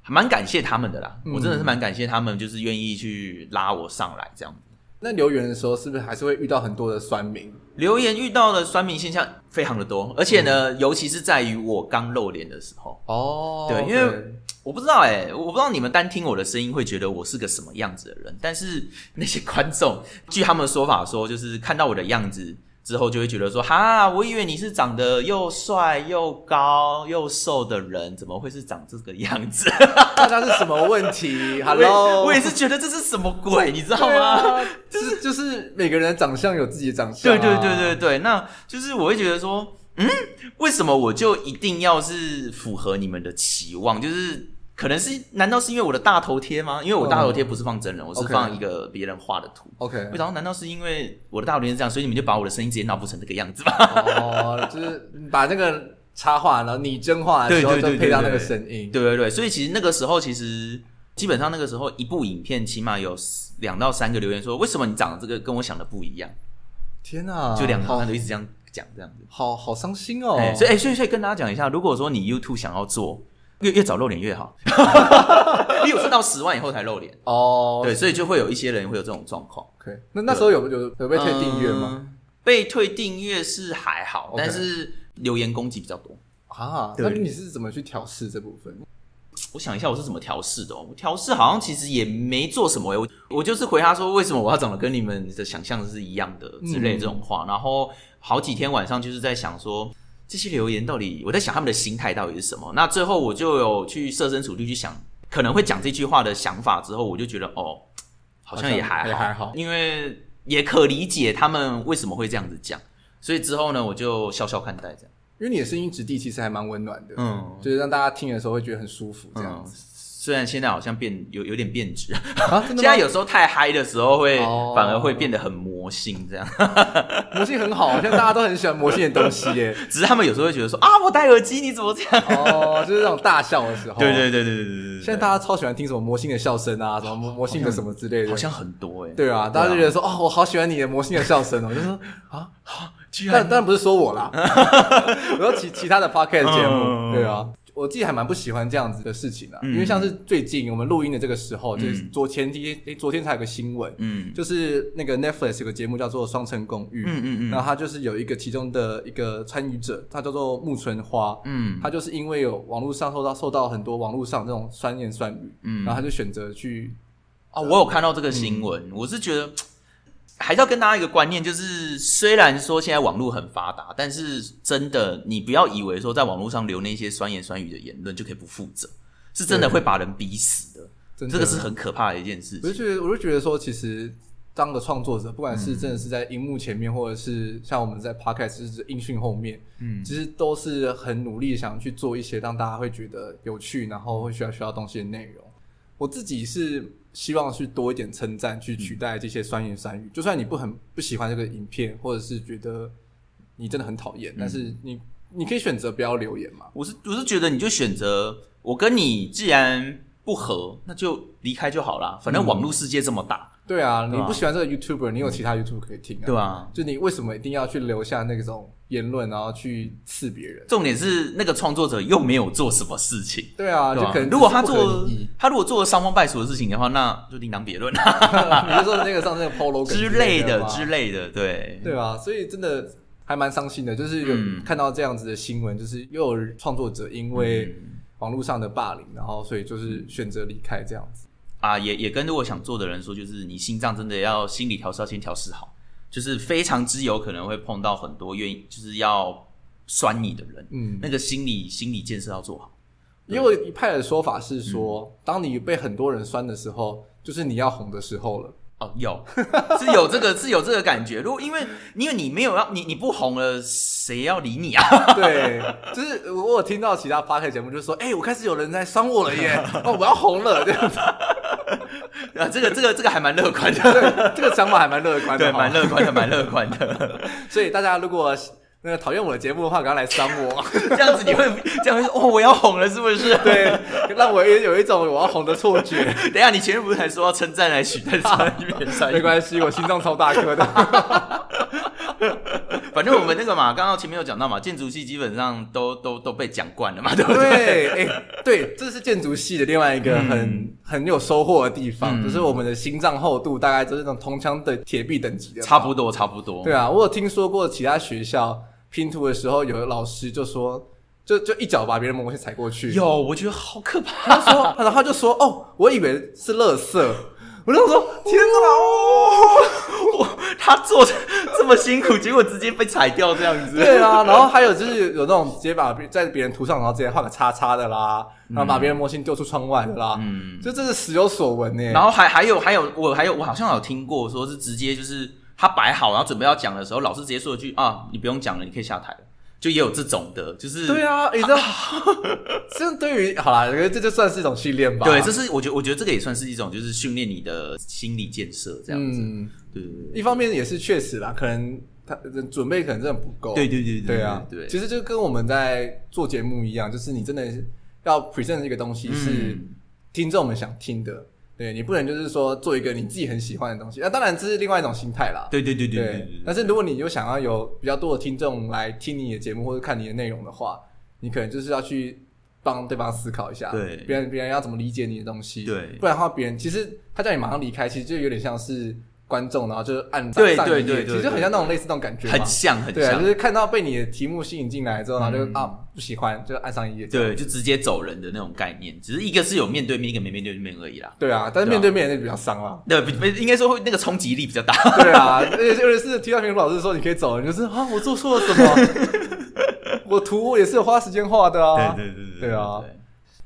Speaker 2: 还蛮感谢他们的
Speaker 1: 嗯
Speaker 2: 啦，我真的是蛮感谢他们，就是愿意去拉我上来这样子。
Speaker 1: 那留言的时候是不是还是会遇到很多的酸民？
Speaker 2: 留言遇到的酸民现象非常的多，而且呢，
Speaker 1: 嗯
Speaker 2: 尤其是在于我刚露脸的时候，
Speaker 1: 哦，
Speaker 2: 对因为我不知道哎、我不知道你们单听我的声音会觉得我是个什么样子的人，但是 [LAUGHS] 那些观众，据他们的说法说，就是看到我的样子之后，就会觉得说，哈，我以为你是长得又帅又高又瘦的人，怎么会是长这个样
Speaker 1: [LAUGHS]
Speaker 2: 子
Speaker 1: 大家是什么问
Speaker 2: [LAUGHS]
Speaker 1: 题
Speaker 2: 我也
Speaker 1: ？Hello，
Speaker 2: 我也是觉得这是什么鬼，你知道
Speaker 1: 对
Speaker 2: 吗？
Speaker 1: 啊，就是就是每个人的长相有自己的长相、
Speaker 2: 对
Speaker 1: 啊，
Speaker 2: 对对对对，那就是我会觉得说，嗯，为什么我就一定要是符合你们的期望？就是可能是难道是因为我的大头贴吗？因为我大头贴不是放真人，我是
Speaker 1: OK
Speaker 2: 放一个别人画的图。 [LAUGHS]
Speaker 1: ，OK，
Speaker 2: 我想说，难道是因为我的大头贴是这样，所以你们就把我的声音直接脑补成这个样子吧？
Speaker 1: 哦，就是把那个插画，然后拟真画的时候
Speaker 2: 对对
Speaker 1: 就
Speaker 2: 对对
Speaker 1: 配上那个
Speaker 2: 对
Speaker 1: 声音，
Speaker 2: [LAUGHS] 对对对，所以其实那个时候，其实基本上那个时候一部影片起码有两到三个留言说，为什么你长得这个跟我想的不一样？
Speaker 1: 天哪，
Speaker 2: 就两行
Speaker 1: 好
Speaker 2: 他就一直这样讲这样子。
Speaker 1: 好好伤心哦，
Speaker 2: 哎、所以、哎所以所以跟大家讲一下，如果说你 YouTube 想要做，越越早露脸
Speaker 1: [LAUGHS]
Speaker 2: 越好，因为我是到十万以后才露脸，
Speaker 1: 哦，
Speaker 2: 对，所以就会有一些人会有这种状况。
Speaker 1: ，OK，那那时候有有有被退订阅吗？
Speaker 2: 嗯？被退订阅是还好
Speaker 1: OK
Speaker 2: 但是留言攻击比较多。
Speaker 1: 啊，
Speaker 2: 对
Speaker 1: 那你是怎么去调试这部分？
Speaker 2: 我想一下，我是怎么调试的、哦？我调试好像其实也没做什么、欸，我我就是回他说，为什么我要长得跟你们的想象是一样的之类的这种话。然后好几天晚上就是在想说，这些留言到底我在想他们的心态到底是什么？那最后我就有去设身处地去想，可能会讲这句话的想法之后，我就觉得哦，好像也还好，
Speaker 1: 也还好
Speaker 2: 因为也可理解他们为什么会这样子讲。所以之后呢，我就笑笑看待这样。
Speaker 1: 因为你的声音质地其实还蛮温暖的，
Speaker 2: 嗯，
Speaker 1: 就是让大家听的时候会觉得很舒服这样子。
Speaker 2: 嗯虽然现在好像变有有点变质，
Speaker 1: 啊，真
Speaker 2: 现
Speaker 1: 的吗
Speaker 2: 在有时候太嗨的时候会、
Speaker 1: 哦
Speaker 2: 反而会变得很魔性这样。 [LAUGHS]
Speaker 1: 魔性很好，现在大家都很喜欢魔性的东西
Speaker 2: [LAUGHS]
Speaker 1: 耶。
Speaker 2: 只是他们有时候会觉得说啊，我戴耳机你怎么这样？
Speaker 1: 哦，就是那种大笑的时候。
Speaker 2: 对对对对对对对，
Speaker 1: 现在大家超喜欢听什么魔性的笑声啊，什么魔魔性的什么之类的。
Speaker 2: 好像很多哎、欸，
Speaker 1: 对啊，大家就觉得说哦，我好喜欢你的魔性的笑
Speaker 2: [LAUGHS]
Speaker 1: 声哦，我就说啊，
Speaker 2: 居
Speaker 1: 但
Speaker 2: 然
Speaker 1: 当然不是说我
Speaker 2: [LAUGHS]
Speaker 1: 啦，我说其其他的 podcast 节
Speaker 2: 嗯
Speaker 1: 目，对啊。我自己还蛮不喜欢这样子的事情啊，
Speaker 2: 嗯
Speaker 1: 因为像是最近我们录音的这个时候，就是
Speaker 2: 嗯
Speaker 1: 昨前天，诶，昨天才有个新闻，
Speaker 2: 嗯
Speaker 1: 就是那个 Netflix 有个节目叫做《双城公寓》，
Speaker 2: 嗯嗯嗯
Speaker 1: 然后他就是有一个其中的一个参与者，他叫做木村花，
Speaker 2: 嗯
Speaker 1: 他就是因为有网络上受到受到很多网络上这种酸言酸语，
Speaker 2: 嗯
Speaker 1: 然后他就选择去
Speaker 2: 啊，
Speaker 1: 嗯
Speaker 2: 我有看到这个新闻，我是觉得还是要跟大家一个观念，就是虽然说现在网络很发达，但是真的你不要以为说在网络上留那些酸言酸语的言论就可以不负责，是真的
Speaker 1: 对
Speaker 2: 会把人逼死的，
Speaker 1: 真的
Speaker 2: 这个是很可怕的一件事
Speaker 1: 我就
Speaker 2: 情。
Speaker 1: 觉得，我就觉得说，其实当个创作者，不管是真
Speaker 2: 嗯
Speaker 1: 的是在荧幕前面，或者是像我们在 podcast 就是音讯后面，
Speaker 2: 嗯
Speaker 1: 其实都是很努力想去做一些让大家会觉得有趣，然后会需要学到东西的内容。我自己是希望去多一点称赞，去取代这些酸言
Speaker 2: 嗯
Speaker 1: 酸语。就算你不很不喜欢这个影片，或者是觉得你真的很讨厌，但
Speaker 2: 嗯
Speaker 1: 是你你可以选择不要留言嘛。
Speaker 2: 我是我是觉得你就选择我跟你既然不合，那就离开就好啦，
Speaker 1: 嗯
Speaker 2: 反正网络世界这么大，
Speaker 1: 对啊，你
Speaker 2: 对啊嗯
Speaker 1: 不喜欢这个 YouTuber，你有其他 YouTuber 可以听啊。
Speaker 2: 对吧？
Speaker 1: 就你为什么一定要去留下那种言论，然后去刺别人？
Speaker 2: 重点是那个创作者又没有做什么事情。
Speaker 1: 对啊，
Speaker 2: 对
Speaker 1: 就
Speaker 2: 吧
Speaker 1: 可能
Speaker 2: 如果他做
Speaker 1: 只是
Speaker 2: 他如果做了伤风败俗的事情的话，那就另当别
Speaker 1: [LAUGHS]
Speaker 2: 论啦
Speaker 1: 不可以
Speaker 2: [LAUGHS]
Speaker 1: 你就说那个上次那个 polo
Speaker 2: 之类的
Speaker 1: 嘛
Speaker 2: 之类的，对，
Speaker 1: 对啊，所以真的还蛮伤心的，就是
Speaker 2: 嗯
Speaker 1: 有看到这样子的新闻，就是又有创作者因
Speaker 2: 嗯
Speaker 1: 为网络上的霸凌，然后所以就是选择离开这样子。
Speaker 2: 啊，也也跟如果想做的人说，就是你心脏真的要心理调试要先调试好，就是非常之有可能会碰到很多愿意就是要酸你的人，
Speaker 1: 嗯，
Speaker 2: 那个心理心理建设要做好。
Speaker 1: 也有一派的说法是说，当你被很多人酸的时候，就是你要红的时候了。
Speaker 2: 哦，有 [LAUGHS] 是有这个是有这个感觉。如果因为因为你没有要你你不红了，谁要理你啊？ [LAUGHS]
Speaker 1: [LAUGHS] 对，就是我有听到其他 p o d c a s 节目，就说：“哎、我开始有人在伤我了
Speaker 2: [LAUGHS]
Speaker 1: 耶，哦，我要红了。”这样子，
Speaker 2: 啊，这个这个这个还蛮乐观的，
Speaker 1: 这个想法还蛮乐观的，哦
Speaker 2: 对，蛮。乐观的，蛮乐观的。 [LAUGHS]
Speaker 1: 所以大家如果那个讨厌我的节目的话，赶快来伤我，
Speaker 2: 这样子你会这样会说哦，我要红了是不是？
Speaker 1: 对， [LAUGHS] 让我也有一种我要红的错
Speaker 2: [LAUGHS]
Speaker 1: 觉。
Speaker 2: 等一下，你前面不是还说要称赞来取代穿越穿
Speaker 1: 没关系，我心脏超大颗的。
Speaker 2: [LAUGHS] 反正我们那个嘛，刚刚前面有讲到嘛，建筑系基本上都都都被讲惯了嘛，对不对？
Speaker 1: 对，哎、对，这是建筑系的另外一个很、
Speaker 2: 嗯
Speaker 1: 很有收获的地方，
Speaker 2: 嗯
Speaker 1: 就是我们的心脏厚度大概就是那种铜墙的铁壁等级的，
Speaker 2: 差不多，差不多。
Speaker 1: 对啊，我有听说过其他学校拼图的时候，有的老师就说，就就一脚把别人魔线踩过去。
Speaker 2: 有，我觉得好可怕。
Speaker 1: 他说，然后他就说，哦，我以为是垃圾，我就说，天哪！哦、
Speaker 2: 我他做的这么辛苦，结果直接被踩掉这样子。
Speaker 1: 对啊，然后还有就是有那种直接把别在别人图上，然后直接画个叉叉的啦，然后把别人模型丢出窗外的啦，
Speaker 2: 嗯
Speaker 1: 就真是时有所闻呢、
Speaker 2: 然后还还有还有，我还有我好像有听过，说是直接就是他摆好，然后准备要讲的时候，老师直接说一句啊，你不用讲了，你可以下台了。就也有这种的，就是
Speaker 1: 对啊，你知道， [LAUGHS] 这对于好啦，这这就算是一种训练吧。
Speaker 2: 对，这是我觉得，我觉得这个也算是一种，就是训练你的心理建设这样子。
Speaker 1: 嗯，
Speaker 2: 对对
Speaker 1: 一方面也是确实啦，可能他准备可能真的不够。
Speaker 2: 对对对
Speaker 1: 对啊，
Speaker 2: 对，
Speaker 1: 其实就跟我们在做节目一样，就是你真的要 present 一个东西是
Speaker 2: 嗯
Speaker 1: 听众们想听的，对你不能就是说做一个你自己很喜欢的东西。那、当然这是另外一种心态啦。
Speaker 2: 对对对对
Speaker 1: 对
Speaker 2: 对对。
Speaker 1: 但是如果你有想要有比较多的听众来听你的节目或者看你的内容的话，你可能就是要去帮对方思考一下，
Speaker 2: 对
Speaker 1: 别人别人要怎么理解你的东西，
Speaker 2: 对
Speaker 1: 不然的话别人其实他叫你马上离开，其实就有点像是观众，然后就是按
Speaker 2: 对
Speaker 1: 上
Speaker 2: 对
Speaker 1: 一页
Speaker 2: 对对
Speaker 1: 其实就很像那种类似那种感觉嘛，
Speaker 2: 很像，很
Speaker 1: 对啊，
Speaker 2: 像
Speaker 1: 就，是看到被你的题目吸引进来之后，然后就、啊不喜欢，就按上一页。
Speaker 2: 对，就直接走人的那种概念，只是一个是有面对面，一个没面对面而已啦。
Speaker 1: 对啊，但是
Speaker 2: 对啊
Speaker 1: 面对面也是比较伤啦。
Speaker 2: 对，不不应该说会那个冲击力比较大。
Speaker 1: 对啊，而且而且是听到评老师说你可以走了，你就是啊，我做错了什么？我图我也是有花时间画的啊。
Speaker 2: [LAUGHS] 对
Speaker 1: 对啊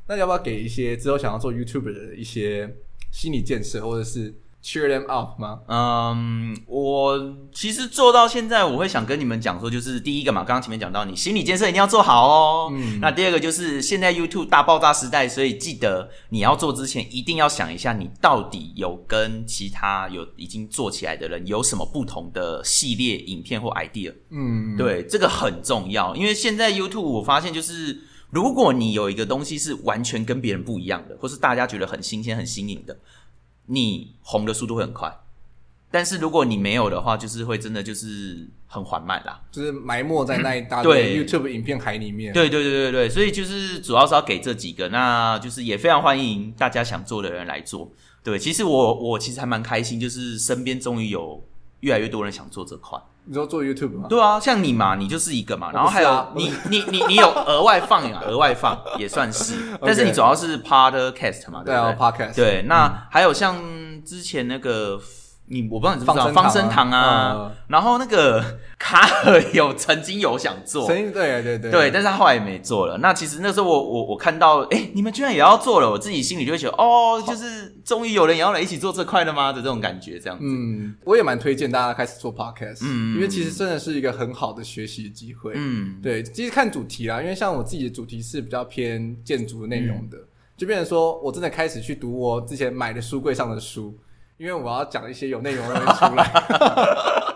Speaker 1: 那要不要给一些之后想要做 YouTube 的一些心理建设，或者是 cheer them up 吗？
Speaker 2: 嗯，我其实做到现在，我会想跟你们讲说，就是第一个嘛，刚刚前面讲到，你心理建设一定要做好哦。
Speaker 1: 嗯
Speaker 2: 那第二个就是现在 YouTube 大爆炸时代，所以记得你要做之前，一定要想一下，你到底有跟其他有已经做起来的人有什么不同的系列影片或 idea。
Speaker 1: 嗯，
Speaker 2: 对，这个很重要，因为现在 YouTube 我发现就是，如果你有一个东西是完全跟别人不一样的，或是大家觉得很新鲜、很新颖的，你红的速度会很快。但是如果你没有的话，就是会真的就是很缓慢啦。
Speaker 1: 就是埋没在那一大堆
Speaker 2: 对
Speaker 1: YouTube 影片海里面。
Speaker 2: 对对对对对，所以就是主要是要给这几个，那就是也非常欢迎大家想做的人来做。对，其实我我其实还蛮开心，就是身边终于有越来越多人想做这块。
Speaker 1: 你说做 YouTube 吗？
Speaker 2: 对啊，像你嘛，你就是一个嘛，然后还
Speaker 1: 我不是啊
Speaker 2: 有你你你你有额外放
Speaker 1: [LAUGHS]
Speaker 2: 啊呀，额外放也算是，但是你主要是 podcast 嘛，
Speaker 1: 对
Speaker 2: 对
Speaker 1: 啊
Speaker 2: 不
Speaker 1: ，Podcast。
Speaker 2: 对？对，那还有像之前那个。你我不知道你知不知道
Speaker 1: 放
Speaker 2: 方
Speaker 1: 生
Speaker 2: 生
Speaker 1: 堂
Speaker 2: 堂
Speaker 1: 啊
Speaker 2: 啊，然后那个 [LAUGHS] 卡尔有曾经有想做，
Speaker 1: 声音对对对
Speaker 2: 对，但是他后来也没做了。那其实那时候我我我看到，哎、你们居然也要做了，我自己心里就会觉得，哦，就是终于有人也要来一起做这块了吗的这种感觉，这样子。
Speaker 1: 嗯，我也蛮推荐大家开始做 Podcast，
Speaker 2: 嗯
Speaker 1: 因为其实真的是一个很好的学习机会。
Speaker 2: 嗯，
Speaker 1: 对，其实看主题啦，因为像我自己的主题是比较偏建筑内容的，就变成说我真的开始去读我之前买的书柜上的书，因为我要讲一些有内容的东西出来。 [LAUGHS]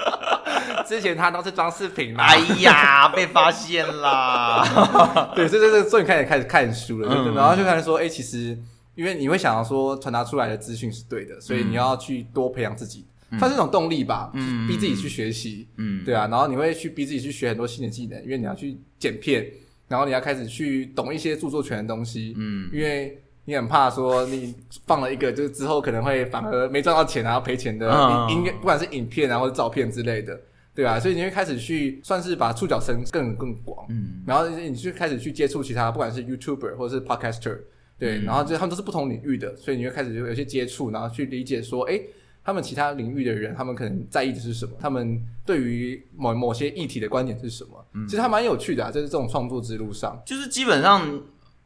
Speaker 1: 之前它都是装饰品嘛，
Speaker 2: 哎呀，被发现啦！
Speaker 1: 啊对，所以这这终于开始开始看书了，对对
Speaker 2: 嗯
Speaker 1: 然后就开始说，哎、其实因为你会想要说传达出来的资讯是对的，所以你要去多培养自己，算是一种动力吧，
Speaker 2: 嗯
Speaker 1: 逼自己去学习，
Speaker 2: 嗯，
Speaker 1: 对啊，然后你会去逼自己去学很多新的技能，因为你要去剪片，然后你要开始去懂一些著作权的东西，
Speaker 2: 嗯
Speaker 1: 因为。你很怕说你放了一个，就是之后可能会反而没赚到钱啊，然后赔钱的
Speaker 2: 嗯
Speaker 1: 影、音，不管是影片啊或者照片之类的，对啊，所以你会开始去算是把触角伸更更广，
Speaker 2: 嗯
Speaker 1: 然后你就开始去接触其他，不管是 YouTuber 或者是 Podcaster，对，
Speaker 2: 嗯
Speaker 1: 然后就他们都是不同领域的，所以你会开始有有些接触，然后去理解说，哎，他们其他领域的人，他们可能在意的是什么？他们对于某某些议题的观点是什么？
Speaker 2: 嗯
Speaker 1: 其实还蛮有趣的啊，就是这种创作之路上，
Speaker 2: 就是基本上，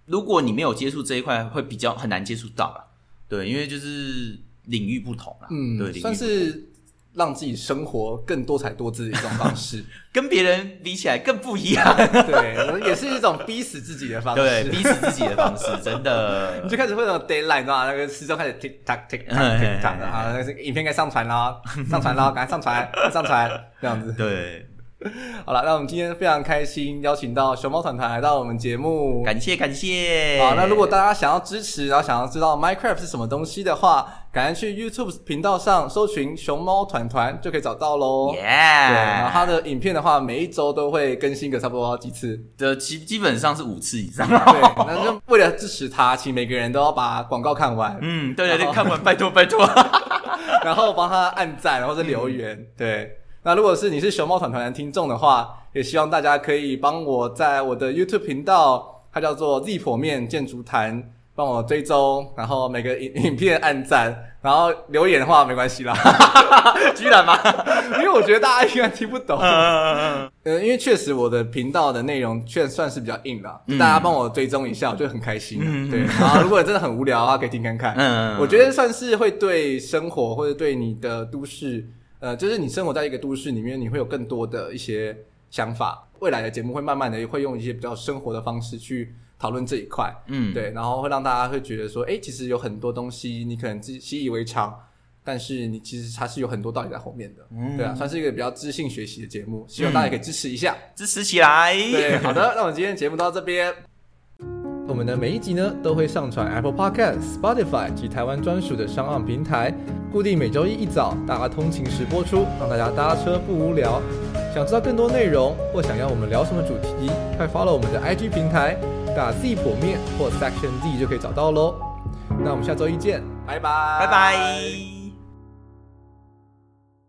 Speaker 2: 如果你没有接触这一块，会比较很难接触到啦。对，因为就是领域不同啦。
Speaker 1: 嗯，
Speaker 2: 对，领域
Speaker 1: 算是让自己生活更多彩多姿的一种方
Speaker 2: [LAUGHS]
Speaker 1: 式，
Speaker 2: 跟别人比起来更不一
Speaker 1: [LAUGHS]
Speaker 2: 样。
Speaker 1: 对，也是一种逼死自己的方式，
Speaker 2: 对，逼死自己的方式，
Speaker 1: [LAUGHS]
Speaker 2: 真
Speaker 1: 你
Speaker 2: 的。
Speaker 1: 就开始会有 d a y l i g h t 啊，那个时钟开始 tick tock tick
Speaker 2: 哎哎
Speaker 1: tock
Speaker 2: 哎
Speaker 1: tick tock 的啊，那个影片该上传
Speaker 2: [LAUGHS]
Speaker 1: 啦，上传哦啦，赶快上传，赶快上传，这样子。
Speaker 2: 对，
Speaker 1: 好了，那我们今天非常开心，邀请到熊猫团团来到我们节目。
Speaker 2: 感谢感谢。
Speaker 1: 好，那如果大家想要支持，然后想要知道 Minecraft 是什么东西的话，赶快去 YouTube 频道上搜寻“熊猫团团”就可以找到喽。
Speaker 2: 耶，
Speaker 1: 对，
Speaker 2: 哎
Speaker 1: 然后它的影片的话，每一周都会更新个差不多几次。
Speaker 2: 的基基本上是五次以上。 [LAUGHS]
Speaker 1: 对，那就为了支持他，请每个人都要把广告看完。
Speaker 2: 嗯，对对
Speaker 1: 然后
Speaker 2: 对，看完拜托拜托。 [LAUGHS]
Speaker 1: 然后帮他按赞，然后是留言。对，那如果是你是熊猫团团的听众的话，也希望大家可以帮我在我的 YouTube 频道，它叫做 Z 破面建筑坛，帮我追踪，然后每个影 [LAUGHS] 影片按赞，然后留言的话没关系啦， [LAUGHS]
Speaker 2: 居然吗？
Speaker 1: 因为我觉得大家应该听不懂。
Speaker 2: 嗯，
Speaker 1: 呃，因为确实我的频道的内容确实算是比较硬啦，
Speaker 2: 嗯
Speaker 1: 大家帮我追踪一下，我就很开心了。啊
Speaker 2: 嗯
Speaker 1: 对，然后如果真的很无聊啊，可以听看看。
Speaker 2: 嗯
Speaker 1: 我觉得算是会对生活或者对你的都市，呃，就是你生活在一个都市里面，你会有更多的一些想法。未来的节目会慢慢的会用一些比较生活的方式去讨论这一块，
Speaker 2: 嗯，
Speaker 1: 对，然后会让大家会觉得说，哎，其实有很多东西你可能自己习以为常，但是你其实它是有很多道理在后面的，
Speaker 2: 嗯
Speaker 1: 对啊，算是一个比较知性学习的节目，希望大家可以支持一下。
Speaker 2: 支持起来。
Speaker 1: [LAUGHS] 对，好的，那我们今天节目到这边。我们的每一集呢，都会上传 Apple Podcast、Spotify 及台湾专属的商岸平台，固定每周一一早大家通勤时播出，让大家搭车不无聊。想知道更多内容或想要我们聊什么主题，快 follow 我们的 IG 平台，打 Z 破面或 Section Z 就可以找到喽。那我们下周一见，拜拜，
Speaker 2: 拜拜。